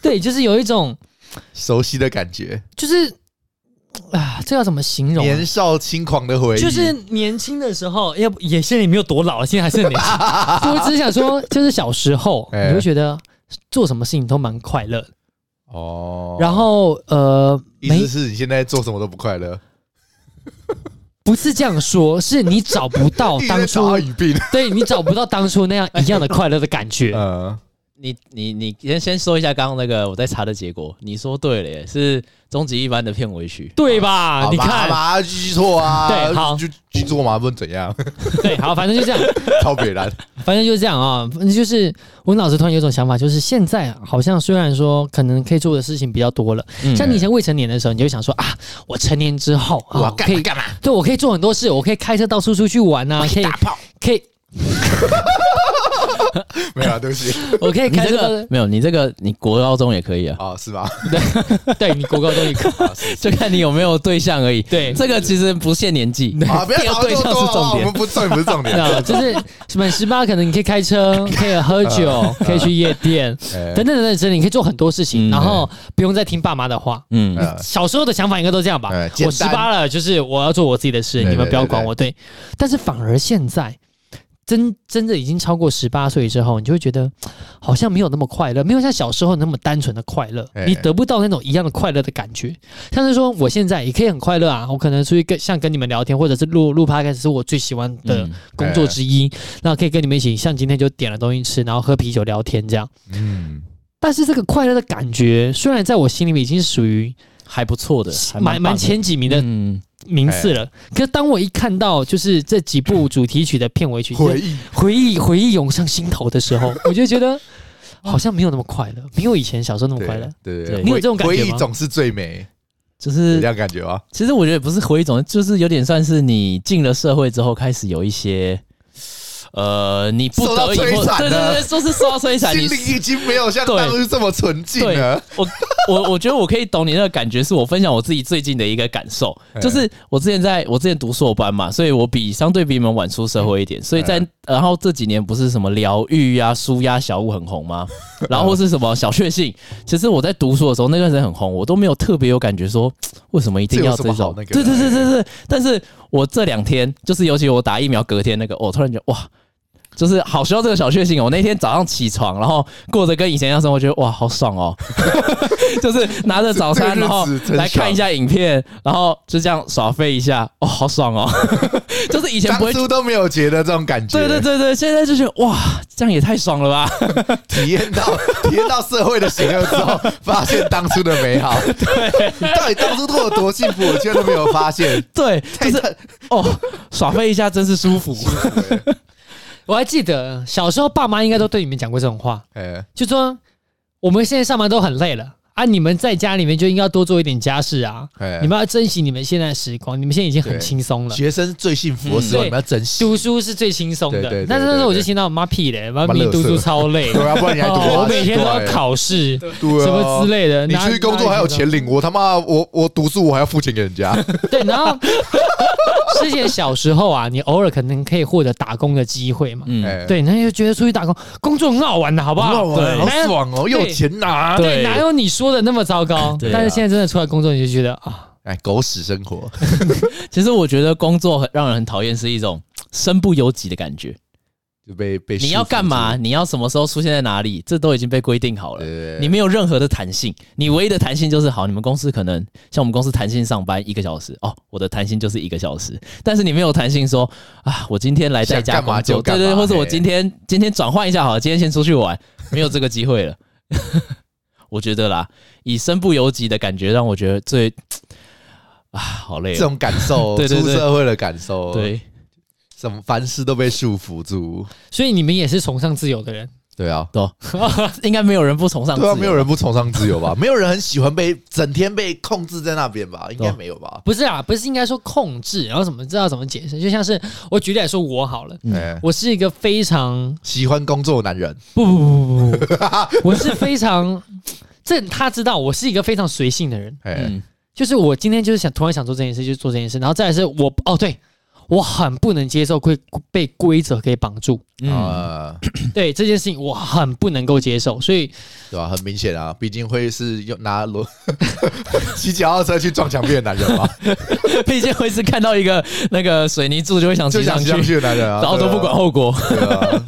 Speaker 1: 对，就是有一种
Speaker 2: 熟悉的感觉，
Speaker 1: 就是啊，这要怎么形容啊、
Speaker 2: 年少轻狂的回忆。
Speaker 1: 就是年轻的时候，要不也现在也没有多老了，现在还是很年轻。
Speaker 2: *laughs*
Speaker 1: 我只是想说，就是小时候，
Speaker 2: 哎
Speaker 1: 你会觉得做什么事情都蛮快乐的。
Speaker 2: 哦
Speaker 1: 然后呃，
Speaker 2: 意
Speaker 1: 没
Speaker 2: 思是你现在做什么都不快乐，
Speaker 1: 不是这样说，是你找
Speaker 2: *laughs*
Speaker 1: 不到哦当初 *laughs*
Speaker 2: 语病。 *laughs*
Speaker 1: 对你找不到当初那样一样的快乐的感觉。
Speaker 2: 嗯，
Speaker 3: 你你你先先说一下刚刚那个我在查的结果，你说对了耶，是终极一班的片尾曲。
Speaker 1: 对吧？啊
Speaker 2: 好
Speaker 1: 你
Speaker 2: 吧好 *laughs*
Speaker 1: 看，
Speaker 2: 吧，记错啊，
Speaker 1: 对好
Speaker 2: 就记错嘛，不能怎样， *laughs*
Speaker 1: 对，好，反正就这样，
Speaker 2: 超北蓝，
Speaker 1: 反正就是这样啊、反正就是我脑子突然有一种想法，就是现在好像虽然说可能可以做的事情比较多了，
Speaker 3: 嗯
Speaker 1: 像你以前未成年的时候，你就会想说啊，我成年之后啊，
Speaker 2: 我要
Speaker 1: 我
Speaker 2: 干
Speaker 1: 可以，
Speaker 2: 干嘛？
Speaker 1: 对我可以做很多事，我可以开车到处出去玩啊，可以
Speaker 2: 打炮？
Speaker 1: 可以，
Speaker 2: *laughs* 没有啊，对不起，
Speaker 1: 我可以
Speaker 3: 你
Speaker 1: 开
Speaker 3: 这
Speaker 1: 车到
Speaker 3: 个没有，你这个你国高中也
Speaker 2: *laughs*
Speaker 3: 可以啊，
Speaker 2: 哦，是吗？
Speaker 1: 对你国高中也可以
Speaker 3: *laughs* 就看你有没有对象而已。
Speaker 1: 对
Speaker 3: 这个其实不限年纪，
Speaker 2: 啊，不要
Speaker 3: 有
Speaker 2: 讨
Speaker 3: 对
Speaker 2: 论这
Speaker 3: 象
Speaker 2: 么
Speaker 3: 是
Speaker 2: 多啊，
Speaker 3: 重
Speaker 2: 我们
Speaker 3: 点。
Speaker 2: 不重点不是重
Speaker 1: *laughs*
Speaker 2: 点。
Speaker 1: 那就是满十八，可能你可以开车，可以喝酒，可以去夜店，
Speaker 2: 哎
Speaker 1: 等等等等，真的你可以做很多事情，
Speaker 3: 嗯
Speaker 1: 然后不用再听爸妈的话。
Speaker 3: 嗯，
Speaker 2: 呃
Speaker 1: 小时候的想法应该都这样吧
Speaker 2: 哎？
Speaker 1: 我
Speaker 2: 简
Speaker 1: 十
Speaker 2: 单
Speaker 1: 八了，就是我要做我自己的事，
Speaker 2: 对
Speaker 1: 你们不要管
Speaker 2: 对对
Speaker 1: 我。对，但是反而现在。真真的已经超过十八岁之后，你就会觉得好像没有那么快乐，没有像小时候那么单纯的快乐
Speaker 2: 哎，
Speaker 1: 你得不到那种一样的快乐的感觉。像是说，我现在也可以很快乐啊，我可能出去跟像跟你们聊天，或者是录录 podcast 是我最喜欢的
Speaker 3: 嗯
Speaker 1: 工作之
Speaker 2: 哎
Speaker 1: 一，那可以跟你们一起，像今天就点了东西吃，然后喝啤酒聊天这样。
Speaker 2: 嗯，
Speaker 1: 但是这个快乐的感觉，虽然在我心里面已经是属于
Speaker 3: 还不错的，还
Speaker 1: 蛮
Speaker 3: 棒
Speaker 1: 蛮
Speaker 3: 的
Speaker 1: 前几名的
Speaker 3: 嗯，
Speaker 1: 名次了，
Speaker 2: 哎
Speaker 1: 可是当我一看到就是这几部主题曲的片尾曲，
Speaker 2: 回
Speaker 1: 忆
Speaker 2: 忆
Speaker 1: 回忆回忆涌上心头的时
Speaker 2: *laughs*
Speaker 1: 候，我就觉得好像没有那么快乐，没有以前小时候那么快乐。
Speaker 2: 对
Speaker 3: 对
Speaker 2: 对，
Speaker 1: 你有
Speaker 2: 回
Speaker 1: 这种感觉
Speaker 2: 回
Speaker 1: 吗
Speaker 2: 忆总是最美，
Speaker 3: 就
Speaker 2: 有
Speaker 3: 是
Speaker 2: 这样感觉吗？
Speaker 3: 其实我觉得不是回忆总，就是有点算是你进了社会之后，开始有一些，呃，你不
Speaker 2: 受到
Speaker 3: 得已
Speaker 2: 摧
Speaker 3: 或
Speaker 2: 残
Speaker 3: 对对
Speaker 2: 了
Speaker 3: 对，就是受到摧残。
Speaker 2: 心
Speaker 3: 你
Speaker 2: 灵已经没有像
Speaker 3: 对
Speaker 2: 当初这么纯净
Speaker 3: 对
Speaker 2: 了。
Speaker 3: 我我我觉得我可以懂你那个感觉，是我分享我自己最近的一个感受，
Speaker 2: 嗯
Speaker 3: 就是我之前在我之前读硕班嘛，所以我比相对比你们晚出社会一点，所以在
Speaker 2: 嗯
Speaker 3: 然后这几年不是什么疗愈啊、舒压小物很红吗？然后或是什么小确幸，其实我在读书的时候那段时间很红，我都没有特别有感觉说为什么一定要
Speaker 2: 这
Speaker 3: 这
Speaker 2: 有什么
Speaker 3: 种
Speaker 2: 好那个的
Speaker 3: 对对对对对，但是我这两天就是尤其我打疫苗隔天那个，我、突然觉得哇。就是好需要这个小确幸哦！我那天早上起床，然后过着跟以前一样生活，觉得哇，好爽哦！ *laughs* 就是拿着早餐，
Speaker 2: 这个
Speaker 3: 然后
Speaker 2: 日子真
Speaker 3: 来看一下影片，然后就这样耍废一下，哦，好爽哦！ *laughs* 就是以前
Speaker 2: 当
Speaker 3: 不会，
Speaker 2: 初都没有觉得这种感觉，
Speaker 3: 对对对对，现在就觉得哇，这样也太爽了吧！ *laughs*
Speaker 2: 体验到体验到社会的险恶之后，发现当初的美好。对，到底当初都有多幸福，我居然都没有发现。
Speaker 3: 对，
Speaker 2: 太
Speaker 3: 就是哦，耍废一下真是舒服。
Speaker 1: 我还记得小时候爸妈应该都对你们讲过这种话，
Speaker 2: 哎，
Speaker 1: 就说我们现在上班都很累了啊，你们在家里面就应该多做一点家事啊，
Speaker 2: 哎
Speaker 1: 你们要珍惜你们现在的时光，你们现在已经很
Speaker 2: 对
Speaker 1: 轻松了。
Speaker 2: 学生最幸福的时候，
Speaker 1: 嗯
Speaker 2: 你们要珍惜。
Speaker 1: 读书是最轻松
Speaker 2: 对对
Speaker 1: 的
Speaker 2: 对，
Speaker 1: 但是那时
Speaker 2: 对
Speaker 1: 候我就
Speaker 2: 对
Speaker 1: 听到妈屁嘞，妈
Speaker 2: 妈
Speaker 1: 咪
Speaker 2: 垃圾
Speaker 1: 读书超累，
Speaker 2: *laughs* 对啊，不然你还读
Speaker 1: 哦
Speaker 2: 啊？
Speaker 1: 我每天都要
Speaker 2: 奇怪，
Speaker 1: 考试，什
Speaker 2: 对啊
Speaker 1: 么之。类的。
Speaker 2: 你
Speaker 1: 拿
Speaker 2: 出去工作还有？钱领，我他妈我我读书我还要付钱给人家，
Speaker 1: 拿对，然后之前小时候啊，你偶尔可能可以获得打工的机会嘛。
Speaker 3: 嗯，
Speaker 2: 哎，
Speaker 1: 对，那就觉得出去打工，工作很好玩的，好不好？啊
Speaker 2: 哇，
Speaker 1: 哪
Speaker 2: 好
Speaker 3: 哎
Speaker 1: 有
Speaker 2: 爽哦，又有钱拿，
Speaker 1: 对，哪有你说的那么糟糕？
Speaker 3: 对啊
Speaker 1: 但是现在真的出来工作，你就觉得啊，
Speaker 2: 哎，狗屎生活，
Speaker 3: 其实我觉得工作很让人很讨厌，是一种身不由己的感觉。
Speaker 2: 就被被
Speaker 3: 你要干嘛？你要什么时候出现在哪里？这都已经被规定好了
Speaker 2: 对对对。
Speaker 3: 你没有任何的弹性，你唯一的弹性就是好，你们公司可能像我们公司弹性上班一个小时，哦，我的弹性就是一个小时，但是你没有弹性说啊，我今天来在
Speaker 2: *laughs*
Speaker 3: 家
Speaker 2: 想干嘛
Speaker 3: 工作，
Speaker 2: 就干
Speaker 3: 对
Speaker 2: 嘛
Speaker 3: 对，或者我
Speaker 2: 嘿
Speaker 3: 今天今天转换一下好了，今天先出去玩，没有这个机会了。 *laughs* 我觉得啦，以身不由己的感觉让我觉得最啊，好累、
Speaker 2: 这
Speaker 3: 哦。
Speaker 2: 种感受，
Speaker 3: *laughs* 对对
Speaker 2: 出
Speaker 3: 对
Speaker 2: 社会的感受，，
Speaker 3: 对，
Speaker 2: 什么凡事都被束缚住，
Speaker 1: 所以你们也是崇尚自由的人。
Speaker 2: 对啊，
Speaker 3: 应该没有人不崇尚自
Speaker 2: 对啊，
Speaker 3: 由吧，
Speaker 2: 没有人不崇尚自由吧？ *laughs* 没有人很喜欢被整天被控制在那边吧？应
Speaker 3: 对
Speaker 2: 该
Speaker 3: 啊
Speaker 2: 没有吧？
Speaker 1: 不是啊，不是应该说控制，然后怎么知道怎么解释？就像是我举例来说，我好了，
Speaker 3: 嗯
Speaker 2: 哎，
Speaker 1: 我是一个非常
Speaker 2: 喜欢工作的男人，
Speaker 1: 不不不不不不，我是非常，这他知道我是一个非常随性的人，
Speaker 2: 哎，
Speaker 3: 嗯，
Speaker 1: 就是我今天就是想突然想做这件事就做这件事，然后再来是我哦对。我很不能接受规被规则给绑
Speaker 2: *laughs*
Speaker 1: 住，
Speaker 3: 嗯，
Speaker 2: 啊，
Speaker 1: 对这件事情我很不能够接受，所以
Speaker 2: 对吧？很明显啊，毕竟会是用拿轮 *laughs* 骑脚踏车去撞墙壁的男人嘛，
Speaker 3: *laughs* 毕竟会是看到一个那个水泥柱就会想
Speaker 2: 就
Speaker 3: 骑
Speaker 2: 想
Speaker 3: 上
Speaker 2: 骑
Speaker 3: 去，
Speaker 2: 上去的男人啊，
Speaker 3: *laughs* 然后都不管后果。
Speaker 2: 对啊。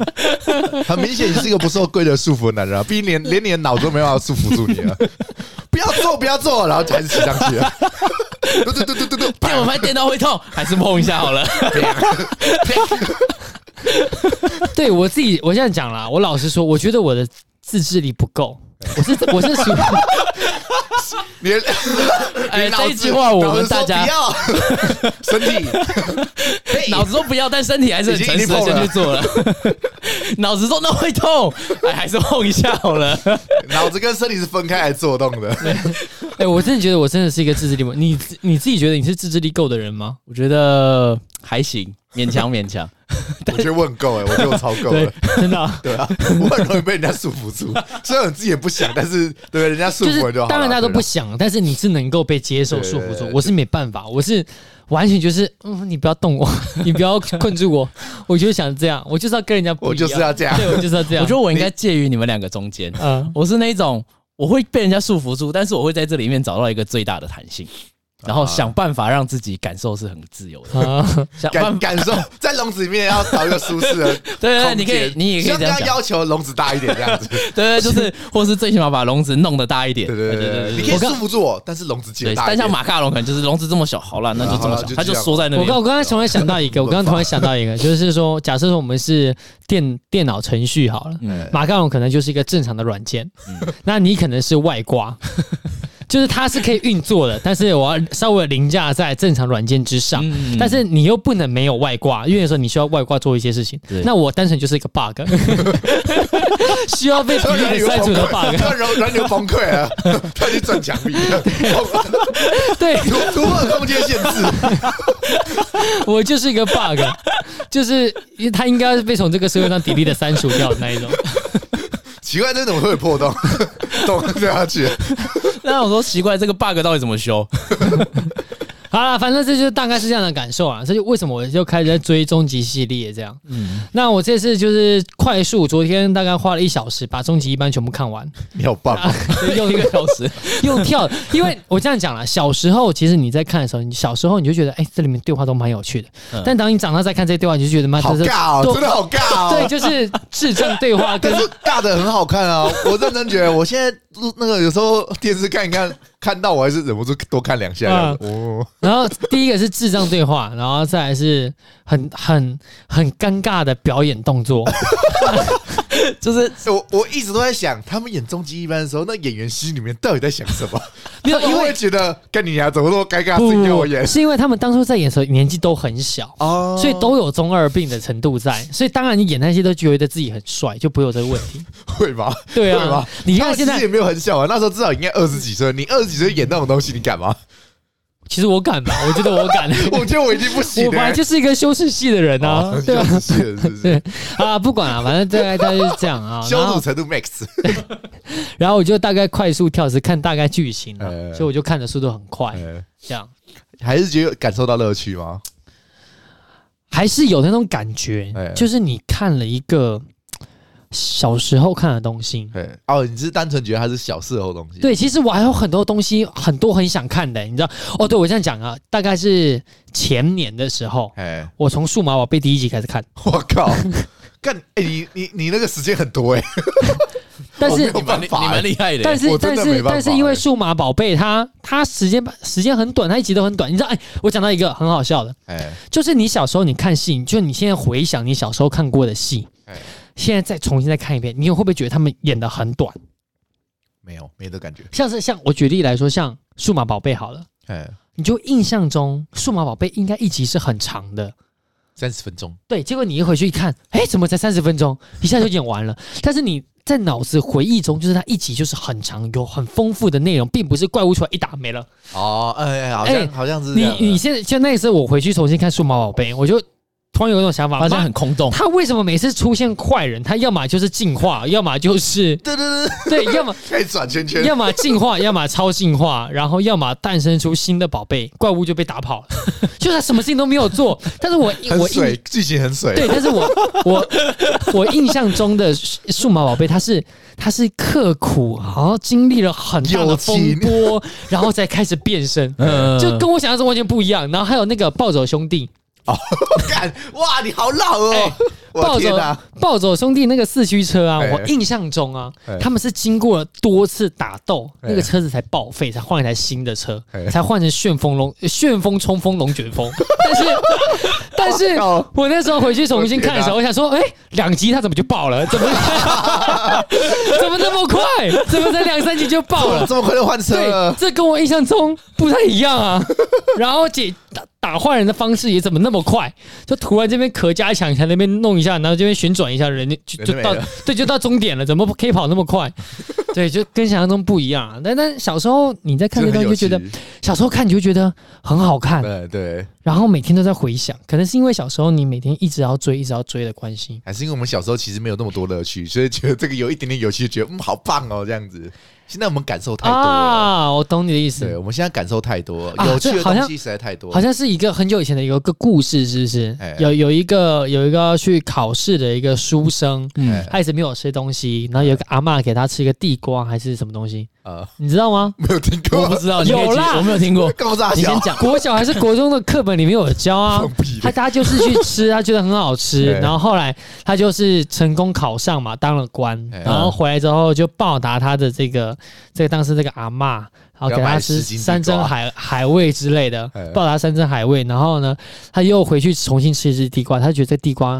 Speaker 2: 对啊，很明显你是一个不受规则束缚的男人啊，毕竟连连你的脑都没办法束缚住你了。不要做，不要做，然后还是骑上去了。啊对对对对对对，啊
Speaker 3: 电蚊拍电到会痛， *laughs* 还是碰一下好了。
Speaker 1: 对我自己我现在讲啦，我老实说，我觉得我的自制力不够，我是我是
Speaker 2: *laughs*
Speaker 1: 属于
Speaker 2: 你的
Speaker 3: 哎，
Speaker 2: 你脑子
Speaker 3: 这一句话我们大家
Speaker 2: 脑子说不要身体， *laughs* 嘿
Speaker 3: 脑子说不要，但身体还是很诚实的
Speaker 2: 已经
Speaker 3: 先去做了。 *laughs* 脑子说那会痛，哎，还是碰一下好了。
Speaker 2: 脑子跟身体是分开来做动的。
Speaker 1: 哎、我真的觉得我真的是一个自制力不，你自你自己觉得你是自制力够的人吗？
Speaker 3: *laughs* 我觉得还行，勉强勉强。
Speaker 2: 我觉得问够哎，我觉得我超够
Speaker 1: 对
Speaker 2: 了。，
Speaker 1: 真的啊、
Speaker 2: *laughs* 对啊，我很容易被人家束缚住，虽然我自己也不想，但是对人家束
Speaker 1: 就
Speaker 2: 缚
Speaker 1: 是
Speaker 2: 我就好了。
Speaker 1: 当然大家都
Speaker 2: 对啊
Speaker 1: 不想，但是你是能够被接受
Speaker 2: 对
Speaker 1: 束缚住
Speaker 2: 对，
Speaker 1: 我是没办法，我是完全就是嗯，你不要动我， *laughs* 你不要困住我，我就想这样，我就是要跟人家啊不
Speaker 2: 我
Speaker 1: 一样，
Speaker 2: 就是要这
Speaker 1: *laughs*
Speaker 2: 样。
Speaker 1: 对我就是要这
Speaker 3: 我
Speaker 1: 样，
Speaker 3: 觉得我应该介于你们两个中间。
Speaker 1: 嗯。
Speaker 3: 我是那种我会被人家束缚住，但是我会在这里面找到一个最大的弹性，然
Speaker 2: 啊
Speaker 3: 后想办法让自己感受是很自由的。
Speaker 1: 啊，
Speaker 3: 想办
Speaker 2: *laughs* 感
Speaker 3: 法，
Speaker 2: 感受在笼子里面要找一个舒适的
Speaker 3: *laughs* 对对对，
Speaker 2: 空
Speaker 3: 你可以
Speaker 2: 间，，
Speaker 3: 你也可以
Speaker 2: 像
Speaker 3: 这样
Speaker 2: 刚
Speaker 3: 讲，
Speaker 2: 要求笼子大一点这
Speaker 3: *laughs*
Speaker 2: 样子。
Speaker 3: 对
Speaker 2: *laughs*
Speaker 3: 对，就是或是最起码把笼子弄得大一点，
Speaker 2: 对对对对，你可以
Speaker 3: 我刚
Speaker 2: 束缚住我，但是笼子
Speaker 3: 对，
Speaker 2: 减大
Speaker 3: 但
Speaker 2: 一
Speaker 3: 像
Speaker 2: 点。
Speaker 3: 马卡龙可能就是笼子这么小，好了，那就这么
Speaker 2: 好啦
Speaker 3: 小
Speaker 2: 就，
Speaker 3: 它就
Speaker 2: 这样
Speaker 3: 缩在
Speaker 1: *laughs*
Speaker 3: 那
Speaker 1: 我
Speaker 3: 边
Speaker 1: 刚。我刚刚突然想到一个，我刚刚突然想到一个，就是说，假设说我们是电电脑程序好了，
Speaker 3: 嗯
Speaker 1: 马卡龙可能就是一个正常的软件，
Speaker 3: 嗯
Speaker 1: *laughs* 那你可能是外
Speaker 3: *laughs*
Speaker 1: 挂，就是它是可以运作的，但是我要稍微凌驾在正常软件之上。
Speaker 3: 嗯
Speaker 1: 但是你又不能没有外挂，因为有时候你需要外挂做一些事情
Speaker 3: 对。
Speaker 1: 那我单纯就是一个 bug，需要被体
Speaker 2: 突然
Speaker 1: 力
Speaker 2: 人
Speaker 1: 给
Speaker 2: 流
Speaker 1: 删除
Speaker 2: 崩
Speaker 1: 的
Speaker 2: 溃，
Speaker 1: bug。
Speaker 2: 突然人流崩溃
Speaker 3: *laughs*
Speaker 2: 了，他去撞墙壁了，
Speaker 1: 对
Speaker 2: 突突破空间限制。
Speaker 1: *laughs* 我就是一个 bug，就是因为它应该是被从这个社会上体力的删除掉的那一种。 *laughs*
Speaker 2: 奇怪，这种会有破洞，洞掉下去。
Speaker 3: *laughs* 那我说奇怪，这个 bug 到底怎么
Speaker 2: *laughs*
Speaker 3: 修？
Speaker 1: 好了，反正这就是大概是这样的感受啊。这就为什么我就开始在追终极系列这样。
Speaker 3: 嗯，
Speaker 1: 那我这次就是快速，昨天大概花了一小时把终极一班全部看完，啊
Speaker 2: 你好棒哦，
Speaker 3: 用一个小时，
Speaker 1: *laughs* 用跳。因为我这样讲了，小时候其实你在看的时候，你小时候你就觉得，哎、这里面对话都蛮有趣的。
Speaker 3: 嗯
Speaker 1: 但当你长大再看这些对话，你就觉得妈，
Speaker 2: 好
Speaker 1: 这是
Speaker 2: 尬哦，
Speaker 1: 都
Speaker 2: 真的好尬
Speaker 1: 对，
Speaker 2: 哦。
Speaker 1: 就是智障对
Speaker 2: *laughs*
Speaker 1: 话跟
Speaker 2: 但是尬的很好看啊，我认真觉得，我现在录那个有时候电视看一看，看到我还是忍不住多看两下这样子。
Speaker 3: 嗯
Speaker 2: 哦，
Speaker 1: 然后第一个是智障对话， *laughs* 然后再来是很很很尴尬的表演动
Speaker 2: *laughs*
Speaker 1: 作。
Speaker 3: 就是
Speaker 2: 欸我我一直都在想，他们演终极一班的时候，那演员心里面到底在想什么？
Speaker 1: *laughs* 没有
Speaker 2: 他们
Speaker 1: 因为
Speaker 2: 会觉得跟你俩怎么那么尴尬，
Speaker 1: 不
Speaker 2: 自己叫我演
Speaker 1: 是因为他们当初在演的时候年纪都很小，
Speaker 2: 哦
Speaker 1: 所以
Speaker 2: *laughs*
Speaker 1: 都有中二病的程度在，所以当然你演那些都觉得自己很帅，就不会有这个问题。
Speaker 2: *laughs* 会吧？
Speaker 1: 对
Speaker 2: 会
Speaker 1: 啊
Speaker 2: 吧，
Speaker 1: 你
Speaker 2: 他
Speaker 1: 看
Speaker 2: 们
Speaker 1: 现
Speaker 2: 其实
Speaker 1: 在
Speaker 2: 也，没有很小啊，那时候至少应该二十几岁。你二十几岁演那种东西，你
Speaker 1: *laughs*
Speaker 2: 敢吗？
Speaker 1: 其实我敢吧，我觉得我
Speaker 2: *laughs*
Speaker 1: 敢，
Speaker 2: 我觉得我已经不行
Speaker 1: 我本
Speaker 2: 了
Speaker 1: 来。
Speaker 2: *laughs*
Speaker 1: 就是一个羞耻系的人啊
Speaker 2: 哦，
Speaker 1: 对啊，
Speaker 2: 羞耻心了
Speaker 1: *laughs*
Speaker 2: 是不是
Speaker 1: 对啊，不管了、反正大概大概就是这样
Speaker 2: *laughs*
Speaker 1: 啊。然
Speaker 2: 羞
Speaker 1: 后
Speaker 2: 辱程度 max。
Speaker 1: 然后我就大概快速跳是看大概剧情啊，
Speaker 2: 呃
Speaker 1: 所以我就看的速度很快，
Speaker 2: 呃
Speaker 1: 这样
Speaker 2: 还是觉得感受到乐趣吗？
Speaker 1: 还是有那种感觉
Speaker 2: 哎，
Speaker 1: 就是你看了一个小时候看的东西。
Speaker 2: 对，哦，你是单纯觉得它是小时候的东西。，
Speaker 1: 对，其实我还有很多东西，很多很想看的，你知道？哦，对我这样讲啊，大概是前年的时候，
Speaker 2: 哎，
Speaker 1: 我从数码宝贝第一集开始看，
Speaker 2: 我靠，干，哎，你你你那个时间很多哎，
Speaker 1: 但
Speaker 2: *laughs* 我没
Speaker 1: 是
Speaker 2: 有。办
Speaker 3: 你
Speaker 2: 法
Speaker 3: 你
Speaker 2: 欸
Speaker 3: 蛮厉害的耶。
Speaker 1: 但
Speaker 2: 我
Speaker 1: 是
Speaker 2: 真
Speaker 1: 但
Speaker 2: 的没
Speaker 1: 是
Speaker 2: 办法哎
Speaker 1: 但是，因为数码宝贝它它时间时间很短，它一集都很短。你知道，哎，我讲到一个很好笑的，
Speaker 2: 哎，
Speaker 1: 就是你小时候你看戏，就你现在回想你小时候看过的戏
Speaker 2: 哎，
Speaker 1: 现在再重新再看一遍，你会不会觉得他们演的很短？
Speaker 2: 没有没得感觉，
Speaker 1: 像是像我举例来说，像数码宝贝好了，
Speaker 2: 哎，
Speaker 1: 你就印象中数码宝贝应该一集是很长的，
Speaker 2: 三十分钟，
Speaker 1: 对，结果你一回去一看，哎，怎么才三十分钟，一下就演完了？ *laughs* 但是你在脑子回忆中，就是它一集就是很长，有很丰富的内容，并不是怪物出来一打没了。
Speaker 2: 哦，哎哎，好
Speaker 1: 哎
Speaker 2: 像好像是这
Speaker 1: 你
Speaker 2: 样
Speaker 1: 你现在就那一次我回去重新看《数码宝贝》，我就突然有一种想法，
Speaker 3: 发现
Speaker 1: 妈
Speaker 3: 很
Speaker 2: *laughs*
Speaker 3: 空洞。
Speaker 1: 他为什么每次出现坏人，他要么就是进化，要么就是
Speaker 2: 对对对，
Speaker 1: 对，要么
Speaker 2: 开始转 *laughs* 圈圈
Speaker 1: 要么进化，要么超进化，然后要么诞生出新的宝贝，怪物就被打跑了， *laughs* 就他什么事情都没有做。但是我
Speaker 2: *laughs* 很
Speaker 1: 我
Speaker 2: 水
Speaker 1: 印，
Speaker 2: 剧情很水，
Speaker 1: 对，但是我我 *laughs* 我印象中的数数码宝贝，它是它是刻苦，然后经历了很大的
Speaker 2: 友情
Speaker 1: 风波，然后再开始变身，
Speaker 2: *laughs*
Speaker 3: 嗯，
Speaker 1: 就跟我想象中完全不一样。然后还有那个暴走兄弟。
Speaker 2: 哦，干哇，你好老哦
Speaker 1: 哎！
Speaker 2: 我
Speaker 1: 暴
Speaker 2: 的天
Speaker 1: 走
Speaker 2: 哪、
Speaker 1: 暴走兄弟那个四驱车啊，
Speaker 2: 哎
Speaker 1: 我印象中啊
Speaker 2: 哎，
Speaker 1: 他们是经过了多次打斗，
Speaker 2: 哎
Speaker 1: 那个车子才报废，才换一台新的车
Speaker 2: 哎，
Speaker 1: 才换成旋风龙、呃旋风冲锋龙卷
Speaker 2: *laughs*
Speaker 1: 风。但是，但是
Speaker 2: 靠
Speaker 1: 我那时候回去重新看的时候，我想说，哎，两集它怎么就爆了？怎么 *laughs* 怎么那么快？怎么才两三集就爆了？
Speaker 2: 这么快就换车
Speaker 1: 对，
Speaker 2: 了？
Speaker 1: 这跟我印象中不太一样啊。 *laughs* 然后姐打打坏人的方式也怎么那么快？就突然这边壳加强一下，那边弄一下，然后这边旋转一下，人家就
Speaker 2: 人就
Speaker 1: 就
Speaker 2: 没
Speaker 1: 到
Speaker 2: 了
Speaker 1: 对，就到终点了，怎么可以跑那么
Speaker 2: *laughs*
Speaker 1: 快？对，就跟想象中不一样、啊。但但小时候你在看这
Speaker 2: 这
Speaker 1: 东
Speaker 2: 很
Speaker 1: 西
Speaker 2: 有
Speaker 1: 就觉得，
Speaker 2: 趣
Speaker 1: *laughs* 小时候看你就觉得很好看，
Speaker 2: 对对，
Speaker 1: 然后每天都在回想，可能是因为小时候你每天一直要追，一直要追的关系。
Speaker 2: 还是因为我们小时候其实没有那么多乐趣，所以觉得这个有一点点有趣，就觉得嗯好棒哦这样子。现在我们感受太多了，
Speaker 1: 啊，我懂你的意思
Speaker 2: 对，，我们现在感受太多，
Speaker 1: 啊
Speaker 2: 有趣
Speaker 1: 这
Speaker 2: 的
Speaker 1: 好像
Speaker 2: 东西实在太多。
Speaker 1: 好像是一个很久以前的有一个故事，是不是
Speaker 2: 哎？
Speaker 1: 有有一个有一个要去考试的一个书生，
Speaker 2: 哎
Speaker 3: 嗯，
Speaker 1: 他一直没有吃东西，然后有一个阿嬷给他吃一个地瓜还是什么东西，
Speaker 2: 呃，
Speaker 1: 你知道吗？
Speaker 2: *laughs* 没有听
Speaker 3: 我
Speaker 2: 过。
Speaker 3: 不，知道，你可以
Speaker 1: 有啦
Speaker 3: 去我没有听过
Speaker 2: *laughs* 高大
Speaker 3: 你
Speaker 2: 小
Speaker 3: 先，讲，
Speaker 1: 国小还是国中的课本里面有教啊
Speaker 2: *laughs* 放，屁
Speaker 1: 他
Speaker 2: 的，
Speaker 1: 他就是去吃，他觉得很好
Speaker 2: *laughs*
Speaker 1: 吃，
Speaker 2: 哎
Speaker 1: 然后后来他就是成功考上嘛，当了官，
Speaker 2: 哎
Speaker 1: 然后回来之后就报答他的这个这个当时这个阿嬷，然后给
Speaker 2: 给他
Speaker 1: 他
Speaker 2: 买
Speaker 1: 吃
Speaker 2: 十斤地
Speaker 1: 山珍
Speaker 2: 瓜
Speaker 1: 海海味之类的
Speaker 2: 哎，
Speaker 1: 报答山珍海味，然后呢，他又回去重新吃一只地瓜，他觉得这地瓜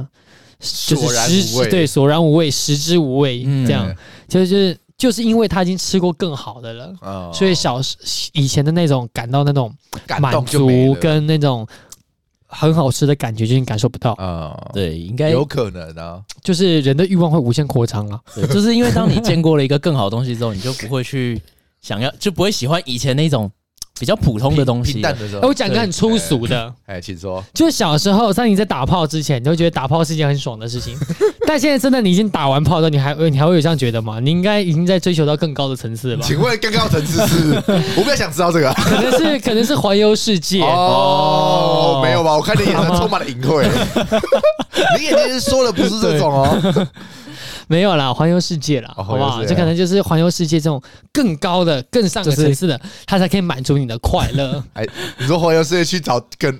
Speaker 1: 就是
Speaker 2: 索然
Speaker 1: 食
Speaker 2: 无味
Speaker 1: 对索然无味，食之无味，
Speaker 3: 嗯
Speaker 1: 这样
Speaker 2: 哎
Speaker 1: 就是就是因为他已经吃过更好的了。
Speaker 2: 哦
Speaker 1: 所以小时以前的那种感到那种
Speaker 2: 感
Speaker 1: 满
Speaker 2: 动就没
Speaker 1: 足
Speaker 2: 了
Speaker 1: 跟那种很好吃的感觉，就是你感受不到，
Speaker 2: 啊，
Speaker 3: 对，应该
Speaker 2: 有可能啊，
Speaker 1: 就是人的欲望会无限扩张了。啊
Speaker 3: 对就是因为当你见过了一个更好的东西之后，你就不会去想要，就不会喜欢以前那种比较普通的东
Speaker 2: 平
Speaker 3: 西了。
Speaker 2: 淡的时
Speaker 1: 哎
Speaker 2: 候
Speaker 1: 我，讲个很粗俗的，
Speaker 2: 哎，请说，
Speaker 1: *laughs* 就是小时候，当你在打炮之前，你会觉得打炮是一件很爽的事
Speaker 2: *laughs*
Speaker 1: 情，但现在真的你已经打完炮之后，你还你还会有这样觉得吗？你应该已经在追求到更高的层次了
Speaker 2: *laughs*
Speaker 1: 吧？
Speaker 2: 请问刚刚层次是？
Speaker 3: *laughs*
Speaker 2: 我比较想知道这个。啊
Speaker 1: 可能是可能是环游世界，
Speaker 2: 哦
Speaker 1: 哦，
Speaker 2: 没有吧？我看你眼神充满了隐晦，你眼睛说的不是这种哦。
Speaker 1: 没有啦，环游世界啦，
Speaker 2: 哦
Speaker 1: 好
Speaker 2: 环
Speaker 1: 不
Speaker 2: 游世界
Speaker 1: 好？这可能就是环游世界这种更高的、更上个层次的，它才可以满足你的快乐。
Speaker 2: 哎，你说环游世界去找跟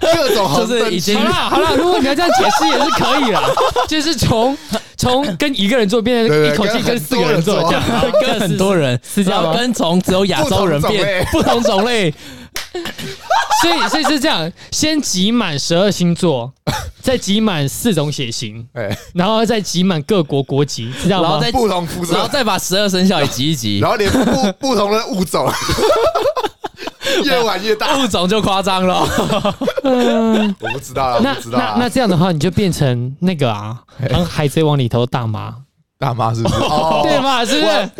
Speaker 2: 各种红
Speaker 3: 就是
Speaker 2: 灯
Speaker 3: 已
Speaker 2: 区
Speaker 3: 经
Speaker 1: 好啦好啦，如果你要这样解释也是可以啦，就是从从跟一个人做变成一
Speaker 2: 对对
Speaker 1: 口气
Speaker 2: 跟
Speaker 1: 跟四个人做
Speaker 2: 很
Speaker 1: 这
Speaker 2: 多
Speaker 1: 样
Speaker 2: 人，
Speaker 1: 好
Speaker 3: *laughs* 跟很多人
Speaker 1: 是这样
Speaker 3: 然后
Speaker 1: 吗
Speaker 3: 跟从只有亚洲人变不同种类，
Speaker 1: *laughs* 所以所以是这样，先集满十二星座，再集满四种血型，
Speaker 2: 哎，
Speaker 1: 然后再集满各国国籍，知道
Speaker 3: 然
Speaker 1: 吗？
Speaker 3: 后再
Speaker 2: 不同肤色
Speaker 3: *laughs* 然后，再把十二生肖也集一
Speaker 1: *laughs*
Speaker 3: 集
Speaker 2: 然，后连不不同的物种，越玩越大。
Speaker 3: 物种就夸张了。 *laughs*
Speaker 2: 我不知道啊，我
Speaker 1: 那
Speaker 2: 不知道
Speaker 1: 那
Speaker 2: 啊
Speaker 1: 那。这样的话，你就变成那个啊，当海贼王里头的大妈，
Speaker 2: 大妈是不是？哦
Speaker 1: 对？啊嘛？是不是
Speaker 3: *laughs*
Speaker 2: 万？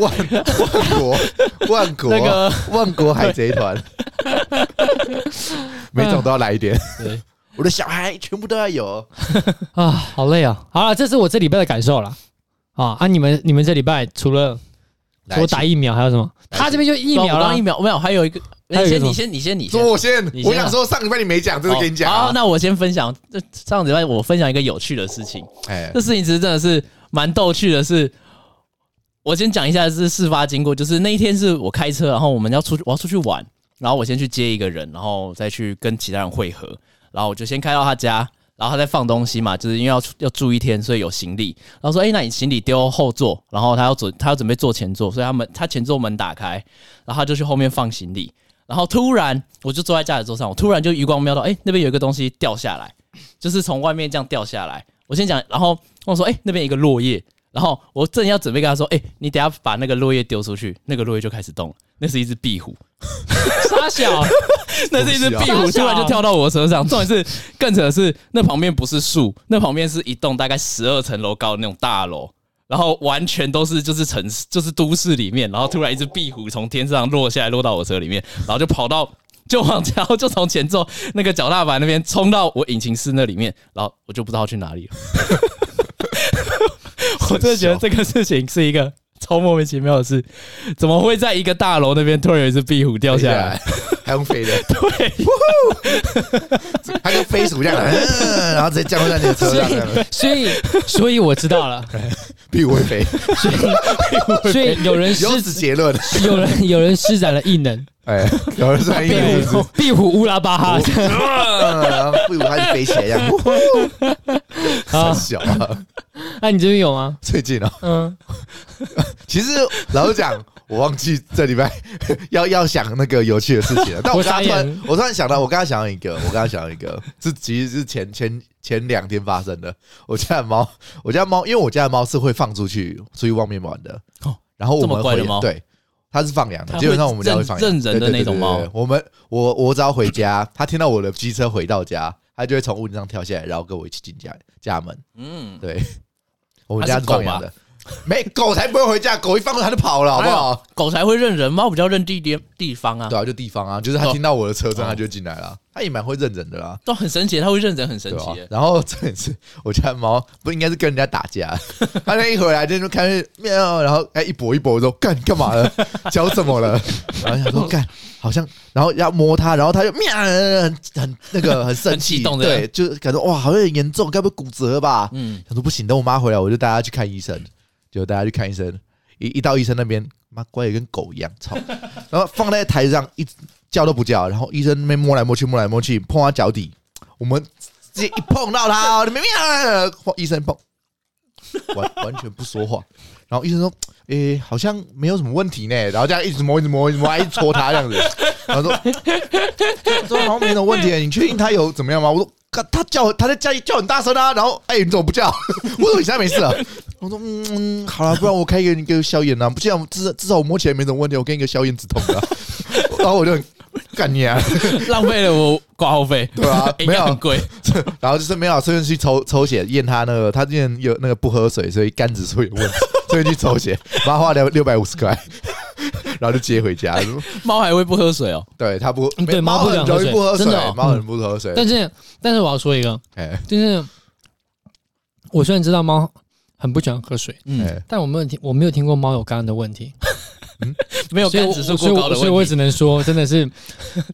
Speaker 2: 万万国万国
Speaker 3: 那个
Speaker 2: *laughs* 万国海贼团，
Speaker 3: *laughs*
Speaker 2: 每种都要来一点。
Speaker 3: 嗯对，
Speaker 2: *laughs* 我的小孩全部都要有。
Speaker 1: 啊，好累啊！好了，这是我这礼拜的感受了。啊啊！你们你们这礼拜除了
Speaker 2: 来
Speaker 1: 除了打疫苗，还有什么？
Speaker 2: 来
Speaker 1: 他这边就疫苗
Speaker 3: 我
Speaker 1: 了
Speaker 3: 刚
Speaker 1: *laughs*
Speaker 3: 疫，苗没有，还有一个，
Speaker 1: 还有
Speaker 3: 你
Speaker 1: 一个什
Speaker 3: 先
Speaker 1: 么
Speaker 3: 你先你先你
Speaker 2: 说
Speaker 3: 先。
Speaker 2: 我先
Speaker 3: 你，先啊哦
Speaker 2: 我想说上礼拜你没讲，这次
Speaker 3: 好
Speaker 2: 给你讲
Speaker 3: 好，
Speaker 2: 啊。
Speaker 3: 那我先分享，这上礼拜我分享一个有趣的事情。
Speaker 2: 哎
Speaker 3: 这事情其实真的是蛮逗趣的是，我先讲一下是事发经过，就是那一天是我开车，然后我们要出去，我要出去玩，然后我先去接一个人，然后再去跟其他人汇合，然后我就先开到他家，然后他在放东西嘛，就是因为要出要住一天，所以有行李，然后说，哎、那你行李丢后座，然后他要准他要准备坐前座，所以他们他前座门打开，然后他就去后面放行李，然后突然我就坐在家里桌上，我突然就余光瞄到，哎、那边有一个东西掉下来，就是从外面这样掉下来。我先讲，然后我说，哎、那边有一个落叶，然后我正要准备跟他说，哎、你等一下把那个落叶丢出去，那个落叶就开始动了，那是一只壁虎，
Speaker 1: 傻小，
Speaker 3: *laughs* 那是一只壁
Speaker 1: 东
Speaker 3: 虎，
Speaker 1: 西啊
Speaker 3: 突然就跳到我车上。重点是，更扯的是，那旁边不是树，那旁边是一栋大概十二层楼高的那种大楼，然后完全都是就是城市，就是都市里面，然后突然一只壁虎从天上落下来，落到我车里面，然后就跑到。就往，然后就从前座那个脚踏板那边冲到我引擎室那里面，然后我就不知道去哪
Speaker 1: *laughs*
Speaker 3: 里了。我真的觉得这个事情是一个超莫名其妙的事，怎么会在一个大楼那边突然有一只壁虎掉下
Speaker 1: 哎
Speaker 3: 来？，
Speaker 2: 哎还用飞的，
Speaker 3: 对，
Speaker 2: 还跟飞鼠一样的，嗯然后直接降落在你的车上，这样的
Speaker 1: *laughs* 所以所以我知道
Speaker 3: *laughs*
Speaker 1: 了，
Speaker 2: 屁股会飞。
Speaker 1: 所以有人
Speaker 2: 由
Speaker 1: 施
Speaker 2: 此结论，
Speaker 3: *laughs*
Speaker 1: 有人有人施展了异能，
Speaker 2: 哎，有人穿衣
Speaker 1: 壁
Speaker 2: 服
Speaker 1: 虎，壁虎乌拉巴哈
Speaker 3: 哦
Speaker 1: *laughs*
Speaker 2: 我，嗯然后不如他就飞起来一
Speaker 3: *laughs*
Speaker 2: 样，
Speaker 1: 啊
Speaker 2: 很小啊。
Speaker 1: 那你这边有吗？
Speaker 2: 最近啊，
Speaker 1: 嗯，
Speaker 2: 其实老实讲，我忘记这礼拜 *laughs* 要要想那个有趣的事情了。但我
Speaker 1: 我
Speaker 2: 刚
Speaker 1: 傻
Speaker 2: 刚突然
Speaker 1: 眼，
Speaker 2: 我突然想到，我刚刚想到一个，我刚刚想到一个，是其实是前前前两天发生的。我家的猫，我家的猫，因为我家的猫是会放出去出去外面玩的。
Speaker 3: 哦
Speaker 2: 然后我
Speaker 3: 这
Speaker 2: 们
Speaker 3: 么乖的
Speaker 2: 回
Speaker 3: 猫
Speaker 2: 对，它是放羊的，
Speaker 3: 它
Speaker 2: 基本上我们家
Speaker 3: 会
Speaker 2: 会放羊
Speaker 3: 认认人的那种。猫
Speaker 2: 对对对对对对我们我我只要回家，它听到我的机车回到家，它就会从屋顶上跳下来，然后跟我一起进家家门。
Speaker 3: 嗯，
Speaker 2: 对， *laughs* 我们
Speaker 3: 它
Speaker 2: 家
Speaker 3: 是
Speaker 2: 是放
Speaker 3: 狗
Speaker 2: 养
Speaker 3: 吧
Speaker 2: 的。 *laughs* 没狗才不会回家，狗一放它就跑了，好不好？
Speaker 3: 狗才会认人，猫比较认地点地方啊，
Speaker 2: 对啊，就地方啊，就是它
Speaker 3: 哦
Speaker 2: 听到我的车声，它就进来了。它也蛮会认人的啦，
Speaker 3: 都很神奇，它会认人，很神
Speaker 2: 对啊吧
Speaker 3: 奇耶。？
Speaker 2: 然后这也是我家的猫，不应该是跟人家打架，它那一回来就就开始喵，然后哎一跛一跛，我说干干嘛了？脚怎么了？ *laughs* 然后想
Speaker 3: *laughs*
Speaker 2: 说干，好像然后要摸它，然后它就喵，很很那个很生
Speaker 3: 很激
Speaker 2: 气，
Speaker 3: 动的
Speaker 2: 对，就是感觉哇好像很严重，该不会骨折了吧？
Speaker 3: 嗯， *laughs*
Speaker 2: 想说不行，等我妈回来，我就带她去看医生。结果带她去看医生，一一到医生那边，妈乖的跟狗一样，操！ *laughs* 然后放在台子上一直叫都不叫，然后医生那边摸来摸去，摸来摸去，碰她脚底，我们直接一碰到她，你明明啊医生碰，完完全不说话。然后医生说：“诶、好像没有什么问题呢。”然后这样一直摸，一直摸，一直摸，还一直戳她这样子。然后说：“说好像没什么问题，你确定他有怎么样吗？我说。他他叫他在家里叫很大声啊，然后哎、你怎么不叫？我说你现在没事啊。我说嗯，好了，不然我开给你一个消炎啊，不这样至少至少我摸起来没什么问题，我给你一个消炎止痛的啊、然后我就很干你啊，
Speaker 3: 浪费了我挂号费，
Speaker 2: 对
Speaker 3: *laughs*
Speaker 2: 啊
Speaker 3: 应
Speaker 2: 没
Speaker 3: 该
Speaker 2: 有
Speaker 3: 很贵。
Speaker 2: 然后就是没有，顺便去抽抽血验他那个，他之前有那个不喝水，所以肝指数有问题，所以去抽血，妈花了六百五十块，然后就接回家。
Speaker 3: 猫还会不喝水哦，
Speaker 2: 对他不，
Speaker 1: 嗯对
Speaker 2: 猫
Speaker 1: 猫不
Speaker 2: 很
Speaker 1: 想
Speaker 2: 容
Speaker 1: 喝水
Speaker 2: 易不喝水
Speaker 1: 真的哦，
Speaker 2: 猫很不喝
Speaker 3: 呃
Speaker 2: 水。
Speaker 1: 但是但是我要说一个，
Speaker 2: 哎
Speaker 1: 就是我虽然知道猫很不喜欢喝水，
Speaker 3: 嗯，
Speaker 2: 哎，
Speaker 1: 但我没有听我没有听过猫有肝的问题，
Speaker 3: 没有
Speaker 1: 所以
Speaker 3: 肝
Speaker 1: 我
Speaker 3: 指数
Speaker 1: 所以
Speaker 3: 过高
Speaker 1: 我
Speaker 3: 的
Speaker 1: 所以我
Speaker 3: 问题。
Speaker 1: 只能说，真的是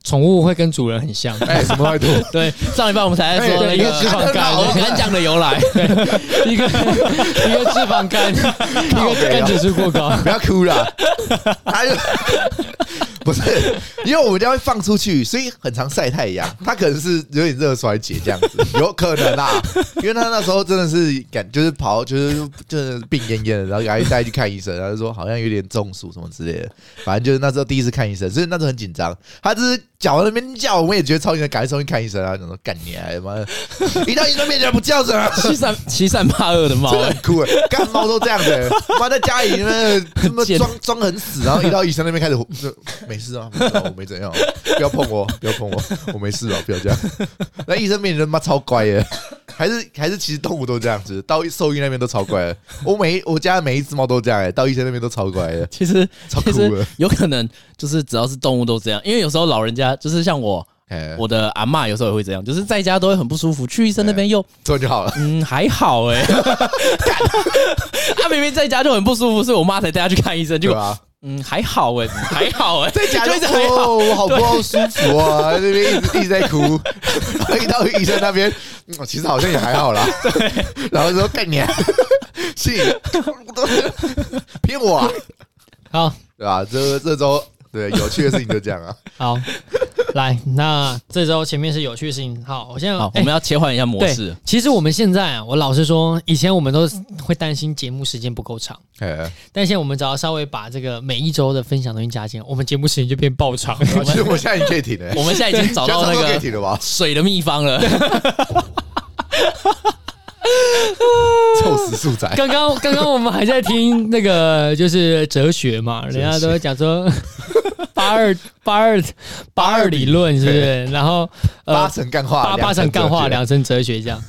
Speaker 1: 宠物会跟主人很像。
Speaker 2: 哎，什么态度？
Speaker 3: 对，上一半我们才在说
Speaker 1: 对
Speaker 3: 那
Speaker 1: 一个
Speaker 3: 个
Speaker 1: 脂肪肝，
Speaker 3: 我敢讲的由来，
Speaker 1: 一个 *laughs* 一个脂肪肝，一
Speaker 2: 靠
Speaker 1: 个
Speaker 2: 北啊
Speaker 1: 肝指数过高。
Speaker 2: 不要哭 *laughs* 啦，他就不是，因为我们家会放出去，所以很常晒太阳，他可能是有点热衰竭这样子，有可能啦，因为他那时候真的是感就是跑就是就是病恹恹的，然后给他带去看医生，然后就说好像有点中暑什么之类的，反正就是那时候第一次看医生，所以那时候很紧张，他就是脚在那边叫，我们也觉得超级的，赶快送去看医生啊，想说干你啊，妈的，一到医生面前不叫声啊。
Speaker 3: *laughs* 欺善欺善怕恶的猫
Speaker 2: 真，的很酷哎、干猫都这样
Speaker 3: *laughs*
Speaker 2: 的、妈在家里那他妈
Speaker 3: 贱
Speaker 2: 装装很死，然后一到医生那边开始，就没事啊，没事啊我没怎样，不要碰我，不要碰我，我没事啊，不要这样。那医生面前他妈超乖的，还是还是其实动物都这样子，到兽医那边都超乖的。我每我家每一只猫都这样哎、到医生那边都超乖的，
Speaker 3: 其实
Speaker 2: 超酷
Speaker 3: 其实
Speaker 2: 的。
Speaker 3: 有可能就是只要是动物都这样，因为有时候老人家就是像我，
Speaker 2: 哎，
Speaker 3: 我的阿嬷有时候也会这样，就是在家都会很不舒服，去医生那边又
Speaker 2: 做就好了。
Speaker 3: 嗯还好哎、欸， *laughs* 他明明在家就很不舒服，所以我妈才带他去看医生，
Speaker 2: 对
Speaker 3: 就
Speaker 2: 吧？
Speaker 3: 嗯还好哎、还好哎、欸，
Speaker 2: 在家
Speaker 3: 就一直
Speaker 2: 就
Speaker 3: 还好。
Speaker 2: 哦，我好不好舒服啊，在那边一直一直在哭， *laughs* 然后一到医生那边，嗯其实好像也还好啦。然后说干你、啊，是我都 *laughs* 骗我、啊，
Speaker 1: 好
Speaker 2: 对吧、这这周对有趣的事情就这样啊，
Speaker 1: 好， *laughs* 来，那这周前面是有趣的事情。好，我现在
Speaker 3: 好，我
Speaker 1: 哎
Speaker 3: 们要切换一下模式
Speaker 1: 对。，其实我们现在啊，我老实说，以前我们都会担心节目时间不够长，
Speaker 2: 哎，
Speaker 1: 但现在我们只要稍微把这个每一周的分享东西加进来，我们节目时间就变爆长。
Speaker 2: 其实我现在已经可以停了、
Speaker 3: 我们现在已经找到
Speaker 2: 现在差
Speaker 3: 那
Speaker 2: 不多可
Speaker 3: *laughs*
Speaker 2: 以
Speaker 3: 个
Speaker 2: 停了吧？
Speaker 3: 水的秘方了。
Speaker 2: 臭死素仔，
Speaker 1: 刚刚刚刚我们还在听那个就是哲学嘛，人家都在讲说 *laughs* 八二八二八二理论是不是？然后 *laughs*
Speaker 2: 八
Speaker 1: 呃
Speaker 2: 成干话，
Speaker 1: 八
Speaker 2: 两
Speaker 1: 八成干话，
Speaker 2: 哲学
Speaker 1: 两成哲学这样。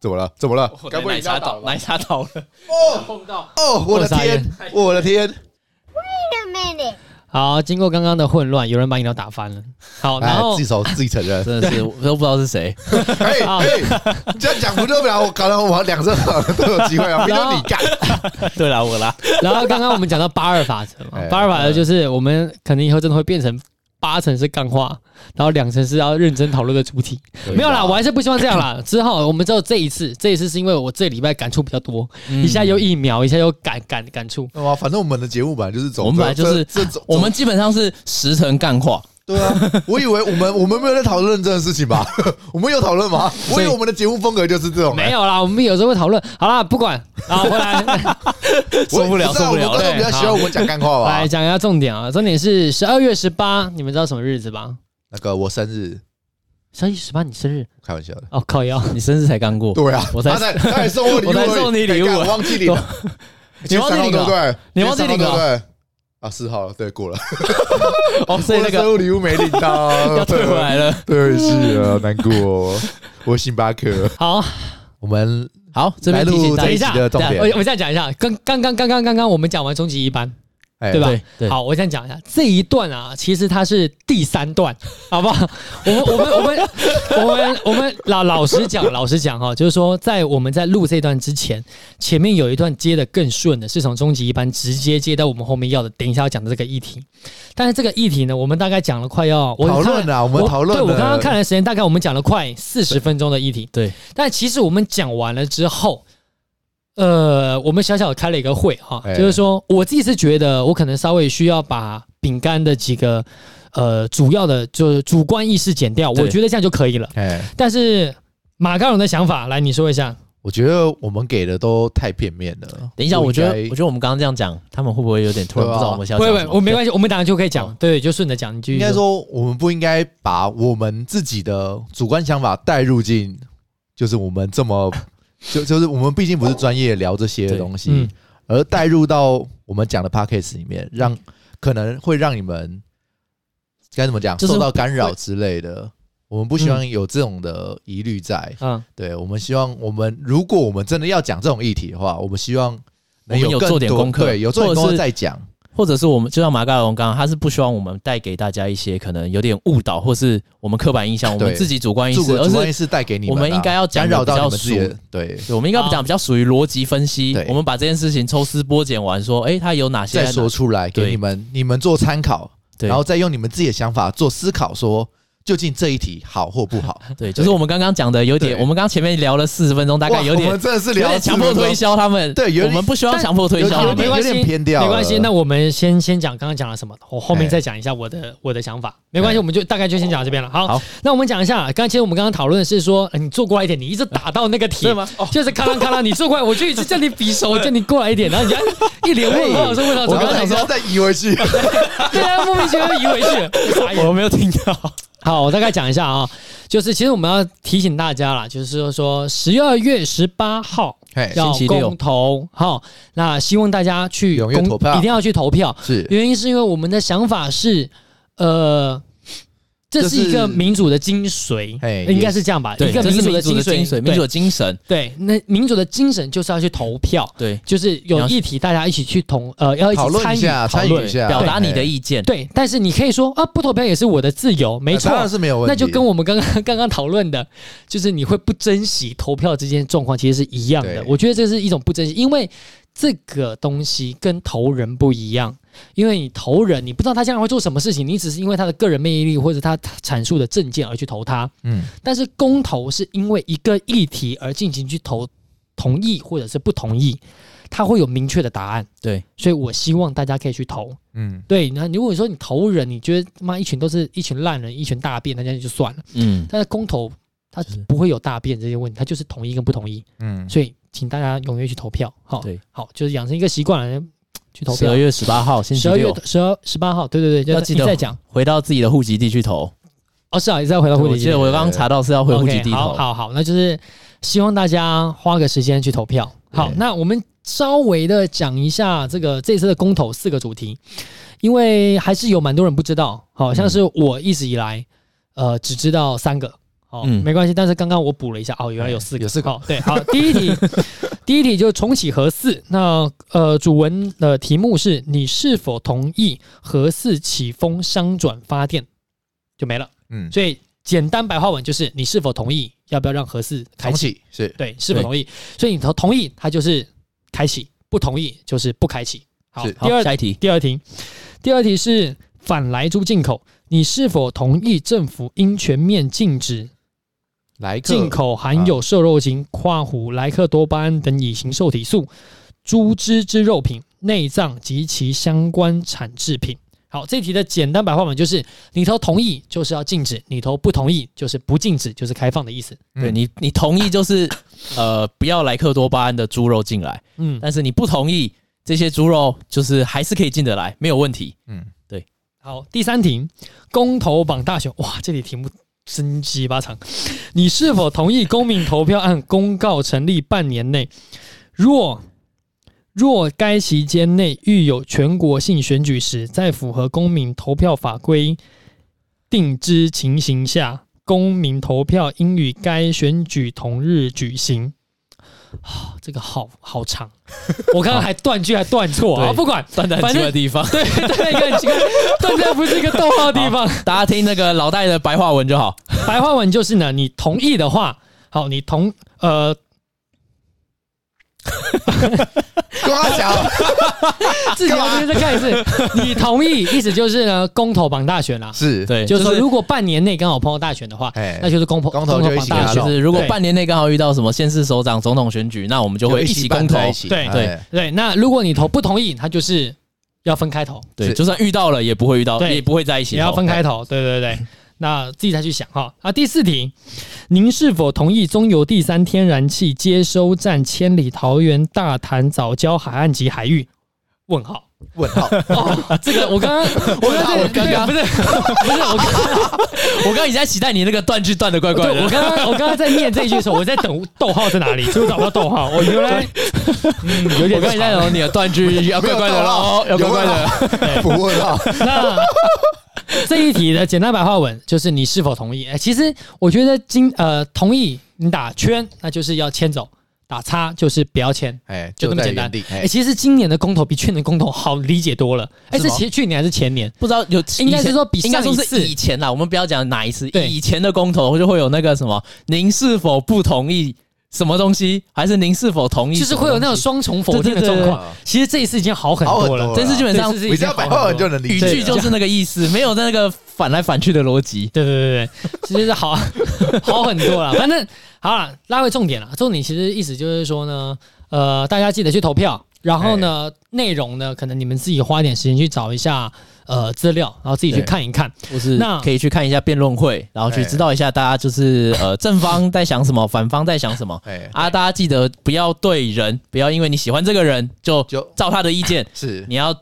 Speaker 2: 怎么了？怎么了？
Speaker 3: 哦我
Speaker 2: 该
Speaker 3: 的
Speaker 2: 不会
Speaker 3: 奶
Speaker 2: 饮料
Speaker 3: 茶
Speaker 2: 倒
Speaker 3: 倒，
Speaker 2: 了吧
Speaker 3: 奶茶倒了。
Speaker 2: 哦哦，我的
Speaker 1: 我傻眼
Speaker 2: 天，我的天，
Speaker 4: Wait a minute.
Speaker 1: 好，经过刚刚的混乱，有人把饮料打翻了。好，然
Speaker 2: 哎，
Speaker 1: 后
Speaker 2: 自己手自己承认。
Speaker 3: 真的是，我都不知道是谁。
Speaker 2: 哎
Speaker 1: 啊
Speaker 2: 哎，这样讲不对不了，我搞得我两只好像都有机会啊，没有你干。
Speaker 1: *laughs*
Speaker 3: 对 *laughs* 啦，我啦，
Speaker 1: 然后刚刚我们讲到八二法则嘛
Speaker 2: 哎，
Speaker 1: 八二法则就是我们可能以后真的会变成八成是干话，然后两成是要认真讨论的主题。
Speaker 2: 啊
Speaker 1: 没有啦，我还是不希望这样
Speaker 2: *laughs*
Speaker 1: 啦。之后我们只有这一次，这一次是因为我这礼拜感触比较多，一下又疫苗，一下又感感感触。
Speaker 2: 对啊，反正我们的节目本来就是走，
Speaker 3: 我们本来就是
Speaker 2: 这
Speaker 3: *laughs*
Speaker 2: 这种，
Speaker 3: 我们基本上是十成干话，
Speaker 2: 对啊，我以为我们我们没有在讨论这件事情吧？ *laughs* 我们有讨论吗？我以为我们的节目风格就是这种、
Speaker 1: 没有啦，我们有时候会讨论。好啦，不管，好回
Speaker 2: *laughs*
Speaker 1: 来
Speaker 2: 我
Speaker 3: 受不了
Speaker 2: 知道
Speaker 3: 受不了哎
Speaker 2: 我们观众比较喜欢我们讲干话吧
Speaker 1: 来？讲一下重点啊，重点是十二月十八，你们知道什么日子吧？
Speaker 2: 那个我生日，
Speaker 1: 十二月十八你生日
Speaker 2: 开玩笑的。
Speaker 1: 哦，靠腰。
Speaker 3: 你生日才刚过，
Speaker 2: 对啊，
Speaker 3: 我才
Speaker 2: 他才他才送我礼物而已，
Speaker 3: 我才送你礼
Speaker 2: 哎
Speaker 3: 物
Speaker 2: 干我忘记领了。
Speaker 3: *laughs* 你忘记
Speaker 2: 今天三号
Speaker 3: 领了
Speaker 2: 对不对？
Speaker 3: 你忘记领了
Speaker 2: 今天三号对不对？啊，四号了，对，过了。
Speaker 3: 哦，所以
Speaker 2: 我
Speaker 3: 那
Speaker 2: 的
Speaker 3: 个
Speaker 2: 生日礼物没领到，
Speaker 3: *laughs* 要退回来了。
Speaker 2: 对，是啊，难过。我星巴克，
Speaker 1: 好，
Speaker 2: 我们
Speaker 3: 好，这边提醒大
Speaker 1: 等
Speaker 2: 来录
Speaker 1: 一
Speaker 2: 这
Speaker 1: 下，
Speaker 2: 集的重
Speaker 1: 等
Speaker 2: 点
Speaker 1: 一下哎我我再讲一下，刚刚刚刚刚刚刚我们讲完终极一班，
Speaker 2: 哎
Speaker 1: 对吧
Speaker 3: 对对
Speaker 1: 好，我再讲一下这一段啊，其实它是第三段， *laughs* 好不好？我们我们我们我们我们老老实讲， *laughs* 老实讲哈、就是说，在我们在录这段之前，前面有一段接的更顺的，是从终极一班直接接到我们后面要的，等一下要讲的这个议题。但是这个议题呢，我们大概讲了快要我
Speaker 2: 讨论
Speaker 1: 了，
Speaker 2: 啊我们讨论
Speaker 1: 对我刚刚
Speaker 2: 了
Speaker 1: 看了时间，大概我们讲了快四十分钟的议题。
Speaker 3: 对，
Speaker 1: 但其实我们讲完了之后，呃，我们小小开了一个会哈、
Speaker 2: 哎
Speaker 1: 就是说我自己是觉得我可能稍微需要把饼干的几个呃主要的就是主观意识减掉，
Speaker 3: 对
Speaker 1: 我觉得这样就可以了。
Speaker 2: 哎，
Speaker 1: 但是马高龙的想法，来你说一下。
Speaker 2: 我觉得我们给的都太片面了。
Speaker 3: 等一下，
Speaker 2: 不
Speaker 3: 我
Speaker 2: 应
Speaker 3: 觉
Speaker 2: 该
Speaker 3: 得我觉得我们刚刚这样讲，他们会不会有点突然
Speaker 2: 对
Speaker 3: 不
Speaker 2: 啊
Speaker 3: 知道我们想
Speaker 1: 不
Speaker 3: 讲
Speaker 1: 会不
Speaker 3: 什
Speaker 1: 会，
Speaker 3: 么？
Speaker 1: 我没关系，我们等下就可以讲
Speaker 3: 哦。
Speaker 1: 对，就顺着讲，你继续。
Speaker 2: 应该，说，我们不应该把我们自己的主观想法带入进，就是我们这么 *laughs* 就就是我们毕竟不是专业聊这些
Speaker 3: 对
Speaker 2: 东西，
Speaker 1: 嗯，
Speaker 2: 而带入到我们讲的 p a c k a g e 里面，让可能会让你们该怎么讲
Speaker 3: 就是
Speaker 2: 受到干扰之类的。我们不希望有这种的疑虑在，
Speaker 1: 嗯，
Speaker 2: 对我们希望我们如果我们真的要讲这种议题的话，我们希望能
Speaker 3: 我们有
Speaker 2: 更
Speaker 3: 做点
Speaker 2: 多
Speaker 3: 功课
Speaker 2: 对，有做点功
Speaker 3: 或者
Speaker 2: 课
Speaker 3: 是
Speaker 2: 再讲。
Speaker 3: 或者是我们就像马嘎龙刚刚，他是不希望我们带给大家一些可能有点误导，或是我们刻板印象，我们
Speaker 2: 对
Speaker 3: 自己主观意
Speaker 2: 主
Speaker 3: 识，而
Speaker 2: 主观意
Speaker 3: 是
Speaker 2: 识带给你们啊，
Speaker 3: 我们应该要讲
Speaker 2: 干
Speaker 3: 得
Speaker 2: 扰到你
Speaker 3: 比较
Speaker 2: 们自己的
Speaker 3: 熟
Speaker 2: 对。
Speaker 3: 对我们应该
Speaker 1: 啊
Speaker 3: 讲比较属于逻辑分析
Speaker 2: 对。
Speaker 3: 我们把这件事情抽丝剥茧完，说，哎，它有哪些？
Speaker 2: 再说出来给
Speaker 3: 对
Speaker 2: 你们，你们做参考，
Speaker 3: 对
Speaker 2: 然后再用你们自己的想法做思考，说究竟这一题好或不好。
Speaker 3: 对，就是我们刚刚讲的有点，
Speaker 2: 对
Speaker 3: 我们刚刚前面聊了四十分 *laughs* 钟，大概
Speaker 2: 哇
Speaker 3: 有
Speaker 2: 我
Speaker 3: 点
Speaker 2: 们真的是
Speaker 3: 有
Speaker 2: 聊
Speaker 3: 点强迫推销他们。
Speaker 2: 对有点
Speaker 3: 我们不需要强迫推销
Speaker 2: 好
Speaker 3: 他
Speaker 1: 好，
Speaker 2: 有点
Speaker 1: 没
Speaker 3: 们。
Speaker 1: 关系，
Speaker 2: 有点偏掉了
Speaker 1: 没关系。那我们先先讲刚刚讲了什么，我后面
Speaker 2: 哎
Speaker 1: 再讲一下我的我的想法。没关系，
Speaker 2: 哎
Speaker 1: 我们就大概就先讲到这边了。好
Speaker 3: 好，
Speaker 1: 那我们讲一下，刚才其实我们刚刚讨论的是说，呃你坐过来一点，你一直打到那个铁
Speaker 3: 对吗哦
Speaker 1: 就是咔啦咔啦，你坐过来，我就一直叫你比手，叫你过来一点，然后你就一脸问号，说问号，
Speaker 2: 我
Speaker 1: 怎么
Speaker 2: 刚
Speaker 1: 样
Speaker 2: 才
Speaker 1: 想
Speaker 2: 说
Speaker 1: 说，
Speaker 2: 再移回
Speaker 3: *laughs*
Speaker 2: 去，
Speaker 1: 对啊，莫名其妙移回去了，傻眼。
Speaker 3: 我没有听到。
Speaker 1: 好，我大概讲一下啊、就是其实我们要提醒大家啦，就是说十二月十八号
Speaker 2: 嘿
Speaker 1: 要
Speaker 3: 星期六
Speaker 1: 公投，好，那希望大家去
Speaker 2: 踊跃
Speaker 1: 公
Speaker 2: 投票
Speaker 1: 一定要去投票。
Speaker 2: 是
Speaker 1: 原因是因为我们的想法是，呃，这
Speaker 2: 这
Speaker 1: 是一个
Speaker 2: 是
Speaker 1: 民主的精髓，
Speaker 2: 嘿
Speaker 1: 应该是这样吧？
Speaker 3: 对，
Speaker 1: 一个
Speaker 3: 这是
Speaker 1: 主
Speaker 3: 民
Speaker 1: 的
Speaker 3: 主的精
Speaker 1: 髓，
Speaker 3: 髓，民主的精神。
Speaker 1: 对对，那民主的精神就是要去投票，
Speaker 3: 对，
Speaker 1: 就是有议题大家一起去同呃要一
Speaker 2: 讨
Speaker 1: 起
Speaker 2: 论
Speaker 1: 参
Speaker 2: 一
Speaker 1: 与
Speaker 2: 下，参与一下，
Speaker 3: 表达你的
Speaker 2: 嘿，
Speaker 3: 意见。
Speaker 1: 对，但是你可以说啊，不投票也是我的自由，没
Speaker 2: 呃
Speaker 1: 错
Speaker 2: 当，然是没有问题。
Speaker 1: 那就跟我们刚刚 *laughs* 刚刚讨论的，就是你会不珍惜投票这件状况，其实是一样的
Speaker 2: 对。
Speaker 1: 我觉得这是一种不珍惜，因为这个东西跟投人不一样，因为你投人，你不知道他将来会做什么事情，你只是因为他的个人魅力或者他阐述的政见而去投他。
Speaker 2: 嗯，
Speaker 1: 但是公投是因为一个议题而进行去投同意或者是不同意，它会有明确的答案。
Speaker 3: 对，
Speaker 1: 所以我希望大家可以去投。
Speaker 2: 嗯，
Speaker 1: 对，那如果说你投人，你觉得妈一群都是一群烂人，一群大便，那这样就算了。
Speaker 3: 嗯，
Speaker 1: 但是公投它
Speaker 3: 是
Speaker 1: 不会有大变这些问题，它就是同意跟不同意，
Speaker 2: 嗯，
Speaker 1: 所以请大家踊跃去投票。好，
Speaker 3: 对，
Speaker 1: 好，就是养成一个习惯了，去投
Speaker 3: 十
Speaker 1: 票
Speaker 3: 二。月十八号星期
Speaker 1: 十二月
Speaker 3: 六，
Speaker 1: 十二十八号，对对对，
Speaker 3: 要记得
Speaker 1: 再讲
Speaker 3: 回到自己的户籍地去投。
Speaker 1: 哦，是啊，再回到户
Speaker 3: 我
Speaker 1: 籍
Speaker 3: 记
Speaker 1: 地
Speaker 3: 得我刚刚查到是要回户籍
Speaker 1: OK，
Speaker 3: 地
Speaker 1: 好
Speaker 3: 投。
Speaker 1: 好好，那就是希望大家花个时间去投票。好，
Speaker 2: 对
Speaker 1: 那我们稍微的讲一下这个这次的公投四个主题，因为还是有蛮多人不知道，好像是我一直以来
Speaker 2: 嗯
Speaker 1: 呃只知道三个。哦，
Speaker 3: 嗯
Speaker 1: 没关系，但是刚刚我补了一下，哦，原来有四个，
Speaker 2: 有四个
Speaker 1: 好对，好，第一
Speaker 2: *laughs*
Speaker 1: 题，第一题就是重启核四。那呃，主文的题目是“你是否同意核四启风商转发电”，就没了。
Speaker 2: 嗯，
Speaker 1: 所以简单白话文就是你是否同意要不要让核四开
Speaker 2: 重
Speaker 1: 启？
Speaker 2: 启是
Speaker 1: 对，是否同意？所以你同同意，它就是开启；不同意就是不开启。好，
Speaker 2: 是
Speaker 1: 第二
Speaker 3: 下一题，
Speaker 1: 第二题，第二题是反来猪进口，你是否同意政府应全面禁止
Speaker 2: 来客
Speaker 1: 进口含有瘦肉精、跨虎、莱克多巴胺等乙型受体素、猪脂之肉品、内脏及其相关产制品。好，这题的简单白话文就是：你投同意就是要禁止，你投不同意就是不禁止，就是开放的意思。
Speaker 3: 对你，你同意 *laughs* 就是，呃，不要莱克多巴胺的猪肉进来，
Speaker 1: 嗯，
Speaker 3: 但是你不同意这些猪肉，就是还是可以进得来，没有问题。
Speaker 2: 嗯，
Speaker 1: 好，第三题，公投榜大选，哇，这里题目真鸡巴长。你是否同意公民投票案公告成立半年内，若若该期间内遇有全国性选举时，在符合公民投票法规定之情形下，公民投票应与该选举同日举行？啊、这个好好长，我刚刚还断句还断错啊，
Speaker 3: 对
Speaker 1: 不管，
Speaker 3: 断在
Speaker 1: 反
Speaker 3: 很奇
Speaker 1: 正
Speaker 3: 怪的地方， *laughs*
Speaker 1: 对，对，一个很奇怪，但这不是一个逗号的地方。
Speaker 3: 大家听那个老戴的白话文就好。
Speaker 1: 白话文就是呢，你同意的话，好，你同呃，
Speaker 2: 跟他
Speaker 3: *laughs*
Speaker 2: 讲，
Speaker 1: 自己要再看一
Speaker 2: *laughs*
Speaker 1: 次，你同意，意思就是呢，公投榜大选啦，
Speaker 2: 是，
Speaker 3: *laughs* 对，
Speaker 1: 就是
Speaker 3: 就
Speaker 1: 说
Speaker 3: 是
Speaker 1: 如果半年内刚好碰到大选的话，
Speaker 2: 哎
Speaker 1: 那就是公投
Speaker 2: 公投就一
Speaker 1: 榜
Speaker 2: 起
Speaker 1: 大
Speaker 2: 给他
Speaker 3: 对，
Speaker 1: 选
Speaker 3: 就
Speaker 2: 弄。
Speaker 3: 是如果
Speaker 1: 对
Speaker 3: 半年内刚好遇到什么县市首长、总统选举，那我们就会一起公
Speaker 2: 办
Speaker 3: 投。
Speaker 2: 在一起，
Speaker 1: 对
Speaker 2: 哎，
Speaker 1: 对，那如果你投不同意，他就是要分开投，
Speaker 3: 对，
Speaker 2: 是
Speaker 3: 就算遇到了也不会遇到，
Speaker 1: 对
Speaker 3: 也不会在一起
Speaker 1: 也
Speaker 3: 投。
Speaker 1: 要分开
Speaker 3: *laughs*
Speaker 1: 投，对对对。那自己再去想哈。啊，第四题，您是否同意中油第三天然气接收站千里桃园大潭早礁海岸及海域？问号。
Speaker 2: 问
Speaker 3: *laughs*
Speaker 2: 号，
Speaker 1: 哦， *laughs* 这个我刚刚，我刚刚
Speaker 3: 我刚刚
Speaker 1: 不是不是我刚
Speaker 3: 我刚刚一直在期待你那个断句断的怪怪
Speaker 1: 对我
Speaker 3: *laughs* 的。
Speaker 1: 刚刚我刚刚在念这一句的时候，我在等逗号在哪里，结果找不到逗号。我原
Speaker 3: *laughs*
Speaker 1: 来嗯有
Speaker 3: 我
Speaker 1: 点
Speaker 3: 刚才在
Speaker 1: 长
Speaker 3: 想你的断句要怪怪的 *laughs* 喽，要怪怪的。
Speaker 2: 的，不啊问
Speaker 3: *laughs*
Speaker 2: 号，
Speaker 1: 那这一题的简单白话文就是你是否同意？哎，其实我觉得今呃同意你打圈，那就是要牵走；打叉就是不要牵。
Speaker 2: 哎，
Speaker 1: 就那么
Speaker 2: 在
Speaker 1: 简单
Speaker 2: 原地
Speaker 1: 哎、
Speaker 2: 哎，
Speaker 1: 其实今年的公投比去年公投好理解多了。哎、
Speaker 3: 是
Speaker 1: 是
Speaker 3: 吗
Speaker 1: 前去年还是前年？
Speaker 3: 不知道有，
Speaker 1: 应该是说比
Speaker 3: 以前应该
Speaker 1: 上
Speaker 3: 说
Speaker 1: 一
Speaker 3: 是
Speaker 1: 次
Speaker 3: 以前啦，我们不要讲哪一次，
Speaker 1: 对
Speaker 3: 以前的公投就会有那个什么，您是否不同意什么东西，还是您是否同意
Speaker 1: 就
Speaker 3: 什
Speaker 1: 是
Speaker 3: 么东西？
Speaker 1: 会有那种双重否定的状
Speaker 3: 对对
Speaker 1: 况。其实这一次已经好很多
Speaker 2: 好
Speaker 1: 了
Speaker 2: 很，多
Speaker 3: 但是基本上
Speaker 1: 这次已经
Speaker 2: 你只要白话文就能理
Speaker 3: 语
Speaker 2: 解，
Speaker 3: 句就是那个意思，没有那个反来反去的逻辑。
Speaker 1: 对对对对，其实是好好很多了。反正好了，拉回重点了。重点其实意思就是说呢，呃，大家记得去投票，然后呢，内容呢，可能你们自己花一点时间去找一下呃资料，然后自己去
Speaker 2: 对
Speaker 1: 看一看。
Speaker 3: 或是
Speaker 1: 那
Speaker 3: 可以去看一下辩论会，然后去
Speaker 2: 哎
Speaker 3: 知道一下大家就是呃正方在想什
Speaker 1: *laughs*
Speaker 3: 么，反方在想什么。
Speaker 2: 哎，
Speaker 3: 啊，大家记得不要对人，不要因为你喜欢这个人就
Speaker 2: 就
Speaker 3: 照他的意见，
Speaker 2: 是
Speaker 3: 你要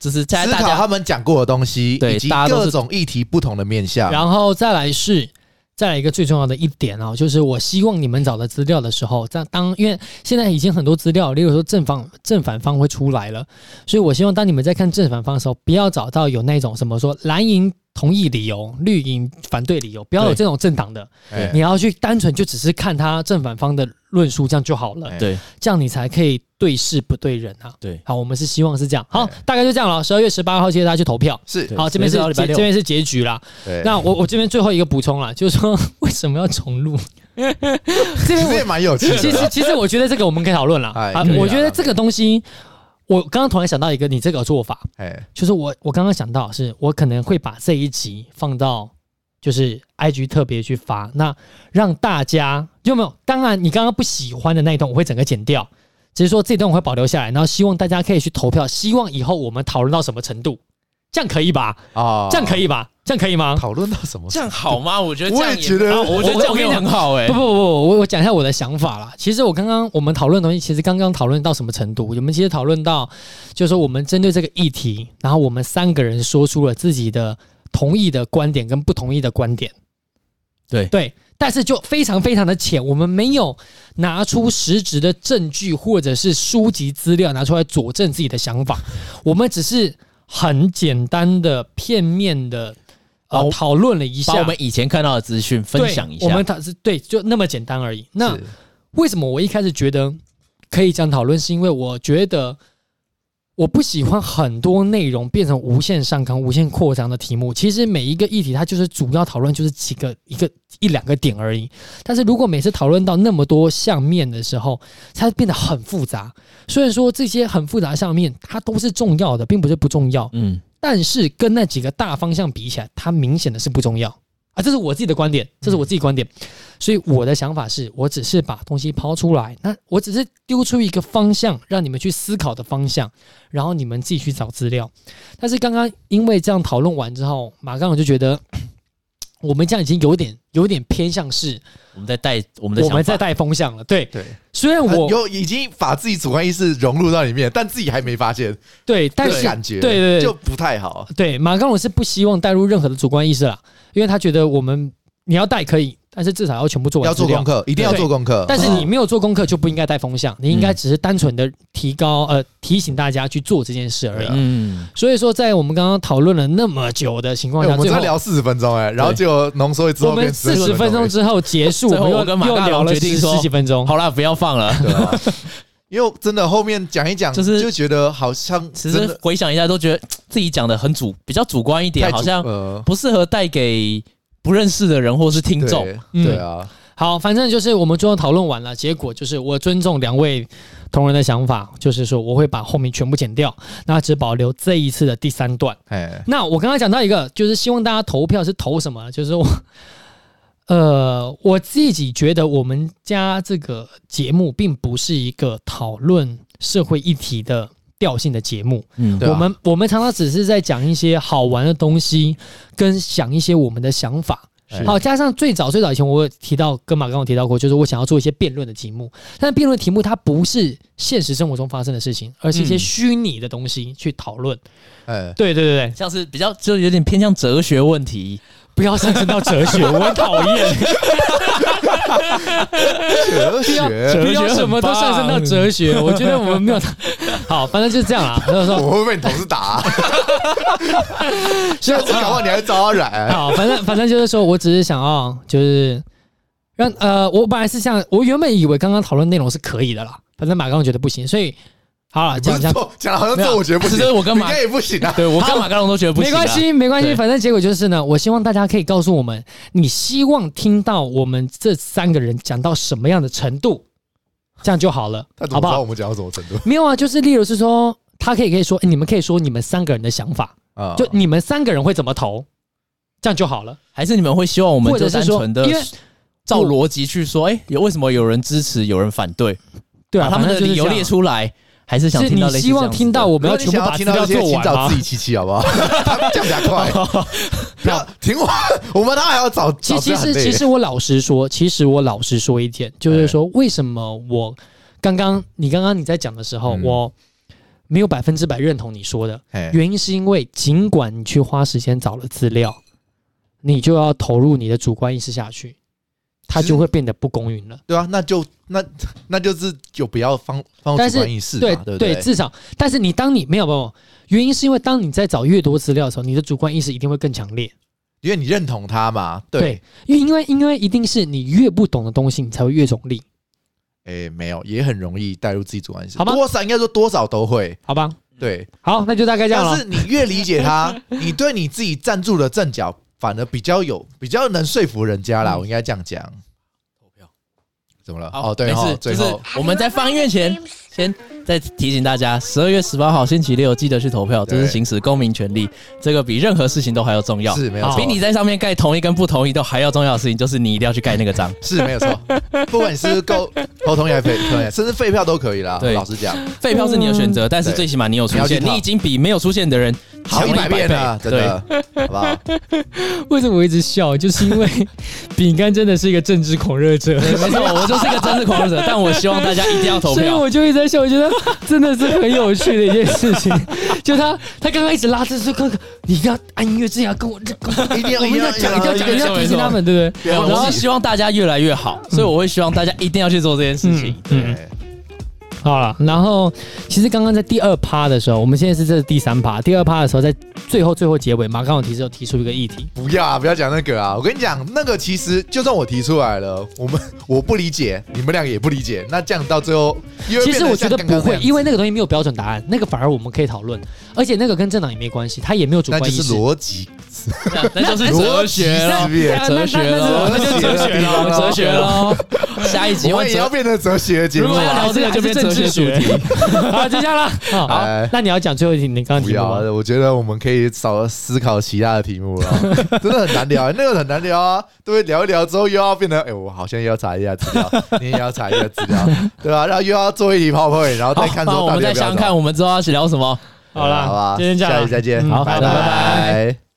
Speaker 3: 就是在
Speaker 2: 思
Speaker 3: 大
Speaker 2: 考
Speaker 3: 家
Speaker 2: 他们讲过的东西，
Speaker 3: 对
Speaker 2: 以及
Speaker 3: 大家都是
Speaker 2: 各种议题不同的面
Speaker 3: 啊
Speaker 2: 向，
Speaker 1: 然后再来是。再来一个最重要的一点哦，就是我希望你们找的资料的时候，在当因为现在已经很多资料，例如说正方、正反方会出来了，所以我希望当你们在看正反方的时候，不要找到有那种什么说蓝营同意理由、绿营反对理由，不要有
Speaker 3: 对
Speaker 1: 这种政党的，
Speaker 2: 哎
Speaker 1: 你要去单纯就只是看他正反方的论述，这样就好了，
Speaker 2: 哎
Speaker 3: 对
Speaker 1: 这样你才可以对事不对人啊。
Speaker 3: 对
Speaker 1: 好，我们是希望是这样。好
Speaker 2: 对，
Speaker 1: 大概就这样了。十二月十八号，谢谢大家去投票。
Speaker 2: 是
Speaker 3: 对，
Speaker 1: 好，这边是
Speaker 3: 所以是到礼
Speaker 1: 结
Speaker 3: 拜六
Speaker 1: 这边是结局啦。
Speaker 2: 对
Speaker 1: 那我我这边最后一个补充啦，就是说为什么要重录？这
Speaker 2: 其
Speaker 1: 边
Speaker 2: 实也
Speaker 1: 我
Speaker 2: 蛮有趣的，
Speaker 1: 其实其实我觉得这个我们可以讨论啦。
Speaker 2: 哎
Speaker 1: 啊
Speaker 2: 可以，啊
Speaker 1: 我觉得这个东西，我刚刚突然想到一个你这个做法，
Speaker 2: 哎，
Speaker 1: 就是我我刚刚想到的是我可能会把这一集放到就是 IG 特别去发，那让大家有没有？当然你刚刚不喜欢的那一段我会整个剪掉。只是说这段我会保留下来，然后希望大家可以去投票，希望以后我们讨论到什么程度，这样可以吧？
Speaker 2: 哦，
Speaker 1: 这样可以吧？这样可以吗？
Speaker 2: 讨论到什么？
Speaker 3: 这样好吗？我觉得这样
Speaker 2: 我也觉得
Speaker 3: 啊我觉得这样没有很好哎
Speaker 1: 不。不不，我我讲一下我的想法啦。其实我刚刚我们讨论的东西，其实刚刚讨论到什么程度？我们其实讨论到，就是说我们针对这个议题，然后我们三个人说出了自己的同意的观点跟不同意的观点。
Speaker 3: 对
Speaker 1: 对，但是就非常非常的浅，我们没有拿出实质的证据或者是书籍资料拿出来佐证自己的想法，我们只是很简单的、片面的。
Speaker 3: 把
Speaker 1: 呃，
Speaker 3: 我
Speaker 1: 讨论了一下，
Speaker 3: 哦把我们以前看到的资讯分
Speaker 1: 对
Speaker 3: 享一
Speaker 1: 我
Speaker 3: 下
Speaker 1: 们，他是对，就那么简单而已。那
Speaker 2: 是
Speaker 1: 为什么我一开始觉得可以这样讨论，是因为我觉得我不喜欢很多内容变成无限上纲、无限扩张的题目。其实每一个议题，它就是主要讨论就是几个一个一两个点而已。但是如果每次讨论到那么多项面的时候，它变得很复杂。虽然说这些很复杂的项面它都是重要的，并不是不重要，
Speaker 3: 嗯，
Speaker 1: 但是跟那几个大方向比起来，它明显的是不重要啊。这是我自己的观
Speaker 3: 嗯
Speaker 1: 点，这是我自己观点。所以我的想法是我只是把东西抛出来，那我只是丢出一个方向，让你们去思考的方向，然后你们自己去找资料。但是刚刚因为这样讨论完之后，马上我就觉得我们这样已经有点有点偏向是
Speaker 3: 我们在带我们的
Speaker 1: 我
Speaker 3: 想
Speaker 1: 们在
Speaker 3: 法，
Speaker 1: 带风向了。对，
Speaker 2: 对，
Speaker 1: 虽然
Speaker 2: 呃
Speaker 1: 我
Speaker 2: 有已经把自己主观意识融入到里面，但自己还没发现，
Speaker 1: 对，但
Speaker 2: 这
Speaker 1: 是
Speaker 2: 个感觉
Speaker 1: 对对对
Speaker 2: 就不太好。
Speaker 1: 对，马刚我是不希望带入任何的主观意识啦，因为他觉得我们你要带可以，但是至少要全部做完
Speaker 2: 要做
Speaker 1: 资料
Speaker 2: 功。课，一定要
Speaker 1: 对
Speaker 2: 做功课。啊
Speaker 1: 但是你没有做功课就不应该带风向，你应该只是单纯的提高呃提醒大家去做这件事而已。
Speaker 2: 对啊
Speaker 3: 嗯，
Speaker 1: 所以说，在我们刚刚讨论了那么久的情况
Speaker 2: 哎
Speaker 1: 下，
Speaker 2: 我们
Speaker 1: 最
Speaker 2: 才
Speaker 1: 后
Speaker 2: 聊四十分钟哎，然后
Speaker 3: 对
Speaker 2: 结果浓缩之
Speaker 1: 我
Speaker 2: 后变
Speaker 1: 们四十
Speaker 2: 40
Speaker 1: 分钟
Speaker 2: 而已，
Speaker 1: 之后结束，
Speaker 3: 最后
Speaker 1: 我们
Speaker 3: 我
Speaker 1: 又
Speaker 3: 跟马
Speaker 1: 又
Speaker 3: 大
Speaker 1: 聊
Speaker 3: 郎
Speaker 1: 了
Speaker 3: 决定
Speaker 1: 十
Speaker 3: 说
Speaker 1: 十几分钟。
Speaker 3: 好啦，不要放了。
Speaker 2: 对啊因为真的后面讲一讲，
Speaker 3: 就是
Speaker 2: 就觉得好像
Speaker 3: 其
Speaker 2: 真
Speaker 3: 实
Speaker 2: 的
Speaker 3: 回想一下，都觉得自己讲的很主，比较主观一
Speaker 2: 太
Speaker 3: 点，
Speaker 2: 主
Speaker 3: 好像
Speaker 2: 呃
Speaker 3: 不适合带给不认识的人或是听众。
Speaker 2: 对对啊，
Speaker 1: 好，反正就是我们最后讨论完了，结果就是我尊重两位同仁的想法，就是说我会把后面全部剪掉，那只保留这一次的第三段。
Speaker 2: 哎，
Speaker 1: 那我刚刚讲到一个，就是希望大家投票是投什么？就是我， *laughs* 呃，我自己觉得我们家这个节目并不是一个讨论社会议题的调性的节目。
Speaker 3: 嗯
Speaker 2: 对啊
Speaker 1: 我们我们常常只是在讲一些好玩的东西，跟想一些我们的想法。
Speaker 2: 是
Speaker 1: 好，加上最早最早以前，我有提到跟马刚有提到过，就是我想要做一些辩论的题目，但是辩论题目它不是现实生活中发生的事情，而是一些
Speaker 3: 嗯
Speaker 1: 虚拟的东西去讨论。
Speaker 2: 哎，
Speaker 1: 对对对对，
Speaker 3: 像是比较就有点偏向哲学问题，
Speaker 1: 不要上升到哲学，我很讨厌。
Speaker 2: 哲
Speaker 1: 不要
Speaker 2: 学，
Speaker 1: 不要什么都上升到哲学，我觉得我们没有。好，反正就是这样啦。就是说，
Speaker 2: 我会被你同事打
Speaker 1: *laughs*
Speaker 2: 啊，
Speaker 1: 所以
Speaker 2: 下次搞不好你还招他染。
Speaker 1: 好，反正反正就是说我只是想要就是让呃，我本来是想，我原本以为刚刚讨论内容是可以的啦，反正马刚觉得不行，所以好了，
Speaker 2: 不
Speaker 1: 讲
Speaker 2: 是
Speaker 1: 一下。
Speaker 2: 做讲得好像
Speaker 3: 没有
Speaker 2: 做我觉得不行，
Speaker 3: 其实我跟
Speaker 2: 你
Speaker 3: 马
Speaker 2: 看也不行啊。
Speaker 3: 对我跟马克龙都觉得不
Speaker 1: 没
Speaker 3: 行啊、
Speaker 1: 关系，没关系，
Speaker 3: 对
Speaker 1: 反正结果就是呢。我希望大家可以告诉我们，你希望听到我们这三个人讲到什么样的程度，这样就好了
Speaker 2: 他，怎
Speaker 1: 好
Speaker 2: 么
Speaker 1: 不
Speaker 2: 知道
Speaker 1: 好
Speaker 2: 我？们讲到什么程度
Speaker 1: 没有啊，就是例如是说，他可以可以说，诶你们可以说你们三个人的想法，
Speaker 3: 哦
Speaker 2: 啊？
Speaker 1: 就你们三个人会怎么投，这样就好了。
Speaker 3: 还是你们会希望我们
Speaker 1: 或者
Speaker 3: 就是单
Speaker 1: 说
Speaker 3: 纯的
Speaker 1: 因为
Speaker 3: 照逻辑去说，哎、有为什么有人支持，有人反对，
Speaker 1: 对啊，
Speaker 3: 把他们
Speaker 1: 反
Speaker 3: 的
Speaker 1: 正就是
Speaker 3: 理由
Speaker 1: 这样
Speaker 3: 列。出来，还是想
Speaker 1: 是
Speaker 3: 听到
Speaker 1: 你
Speaker 3: 类似
Speaker 1: 希望
Speaker 3: 这样子
Speaker 1: 听到
Speaker 3: *laughs* 的
Speaker 1: 我们
Speaker 2: 如
Speaker 1: 要
Speaker 2: 果你
Speaker 1: 全部
Speaker 2: 想
Speaker 1: 把资
Speaker 2: 听到
Speaker 1: 料
Speaker 2: 这些，
Speaker 1: 做
Speaker 2: 请
Speaker 1: 完啊
Speaker 2: 找
Speaker 1: 吗
Speaker 2: 自？己七七好不 *laughs* 好？他讲比较
Speaker 1: *laughs*
Speaker 2: 快，那挺我，我们当然还要找。
Speaker 1: 其
Speaker 2: 找
Speaker 1: 其
Speaker 2: 这很
Speaker 1: 实
Speaker 2: 累
Speaker 1: 其实我老实说，其实我老实说一点，就是说为什么我刚刚你刚刚你在讲的时候，
Speaker 2: 嗯
Speaker 1: 我没有百分之百认同你说的，
Speaker 2: 哎
Speaker 1: 原因是因为尽管你去花时间找了资料，你就要投入你的主观意识下去，它
Speaker 2: 其实
Speaker 1: 就会变得不公允了。
Speaker 2: 对啊，那就那那就是就不要放放入
Speaker 1: 但
Speaker 2: 主
Speaker 1: 是
Speaker 2: 观意识嘛，
Speaker 1: 对
Speaker 2: 啊对不
Speaker 1: 至少，但是你当你没有没有，原因是因为当你在找越多资料的时候，你的主观意识一定会更强烈。
Speaker 2: 因为你认同他嘛，对，
Speaker 1: 因为因为因为一定是你越不懂的东西，你才会越中立，
Speaker 2: 哎，没有，也很容易带入自己主观意识，
Speaker 1: 好吧
Speaker 2: 多少应该说多少都会，
Speaker 1: 好吧？
Speaker 2: 对。
Speaker 1: 好，那就大概这样
Speaker 2: 但
Speaker 1: 了
Speaker 2: 是。你越理解他，你对你自己站住的阵脚，反而比较有比较能说服人家啦，
Speaker 1: 嗯
Speaker 2: 我应该这样讲。
Speaker 3: 投票
Speaker 2: 怎么了？
Speaker 3: 好
Speaker 2: 哦，对
Speaker 3: 没
Speaker 2: 哦
Speaker 3: 事，
Speaker 2: 最
Speaker 3: 就是
Speaker 2: 后
Speaker 3: 我们在放音乐前，先再提醒大家，十二月十八号星期六记得去投票，这
Speaker 2: 对
Speaker 3: 是行使公民权利，这个比任何事情都还要重要。
Speaker 2: 是没有错
Speaker 3: 比你在上面盖同意跟不同意都还要重要的事情，就是你一定要去盖那个章。
Speaker 2: 是没有错，不管你是够投同意还是非同意，甚至废票都可以啦。
Speaker 3: 对
Speaker 2: 老实讲，
Speaker 3: 废票是你的选择，但是
Speaker 2: 对
Speaker 3: 最起码你有出
Speaker 2: 你要去
Speaker 3: 现，
Speaker 2: 投
Speaker 3: 你已经比没有出现的人
Speaker 2: 好
Speaker 3: 强
Speaker 2: 一
Speaker 3: 了
Speaker 2: 百
Speaker 3: 100
Speaker 2: 遍啊，
Speaker 3: 倍
Speaker 2: 真的，好不好？
Speaker 1: 为什么我一直笑？就是因为 *laughs* 饼干真的是一个政治狂热者，
Speaker 3: 对，没错，我就是一个政治狂热者，但我希望大家一定要
Speaker 1: *laughs*
Speaker 3: 投
Speaker 1: 所以
Speaker 3: 票。
Speaker 1: 我就一直在笑。我觉得 *laughs* 真的是很有趣的一件事
Speaker 2: *laughs*
Speaker 1: 情。就他他刚刚一直拉着说：“哥哥，你要按音乐之前要跟我，跟我
Speaker 2: 一定要
Speaker 1: 我
Speaker 2: 一
Speaker 1: 们
Speaker 2: 定要
Speaker 1: 要讲，一定要讲，一定要提醒他们，对不对
Speaker 2: 不要忘记
Speaker 3: 我是希望大家越来越好，所以我会希望大家一定要去做这件？”事情。
Speaker 1: 嗯，
Speaker 2: 对
Speaker 1: 好了。然后其实刚刚在第二趴的时候，我们现在是这是第三趴，第二趴的时候，在最后最后结尾，马刚有提示有提出一个议题，
Speaker 2: 不要啊，不要讲那个啊！我跟你讲，那个其实就算我提出来了，我们 *laughs* 我不理解，你们两个也不理解，那这样到最后，因为
Speaker 1: 其实我觉得不会，因
Speaker 2: 为
Speaker 1: 为那个东西没有标准答案，那个反而我们可以讨论，而且那个跟政党也没关系，他也没有主
Speaker 2: 那
Speaker 1: 观意
Speaker 2: 就是
Speaker 1: 识。
Speaker 2: 逻辑哎
Speaker 3: 那那就是哲学了
Speaker 2: 思。辨
Speaker 1: 啊那那那
Speaker 3: 哲学
Speaker 1: 那
Speaker 3: 了
Speaker 1: 那就哲学
Speaker 2: 那
Speaker 1: 了，
Speaker 2: 就
Speaker 3: 哲学喽，下一集
Speaker 2: 我
Speaker 3: 换
Speaker 2: 们也要
Speaker 3: 哲，
Speaker 2: 变成哲学节
Speaker 3: 如
Speaker 2: 目
Speaker 3: 果要
Speaker 2: 啊！
Speaker 3: 聊这个就变哲学主
Speaker 1: 还是
Speaker 3: 题
Speaker 1: 政。
Speaker 3: *laughs*
Speaker 1: 好，接下来，好
Speaker 2: 哎，
Speaker 1: 那你要讲最后一题，你刚刚
Speaker 2: 不
Speaker 1: 提
Speaker 2: 要
Speaker 1: 过
Speaker 2: 啊
Speaker 1: 吗？，
Speaker 2: 我觉得我们可以少思考其他的题目了， *laughs* 真的很难聊、那个很难聊啊，对不对？聊一聊之后又要变成，哎、我好像又要查一下资
Speaker 1: *laughs*
Speaker 2: 料，你也要查一下资料，对吧、然后又要做一题 PowerPoint，然后再看
Speaker 3: 好，
Speaker 2: 说
Speaker 3: 我
Speaker 2: 到
Speaker 3: 们
Speaker 2: 底要
Speaker 3: 再
Speaker 2: 不要
Speaker 3: 想想
Speaker 2: 找
Speaker 3: 看，我们之后要聊什么。
Speaker 1: 好
Speaker 2: 好吧
Speaker 1: 啦，今天这样啊，
Speaker 2: 下期再见，
Speaker 1: 嗯好，
Speaker 2: 拜
Speaker 1: 拜拜。
Speaker 2: 拜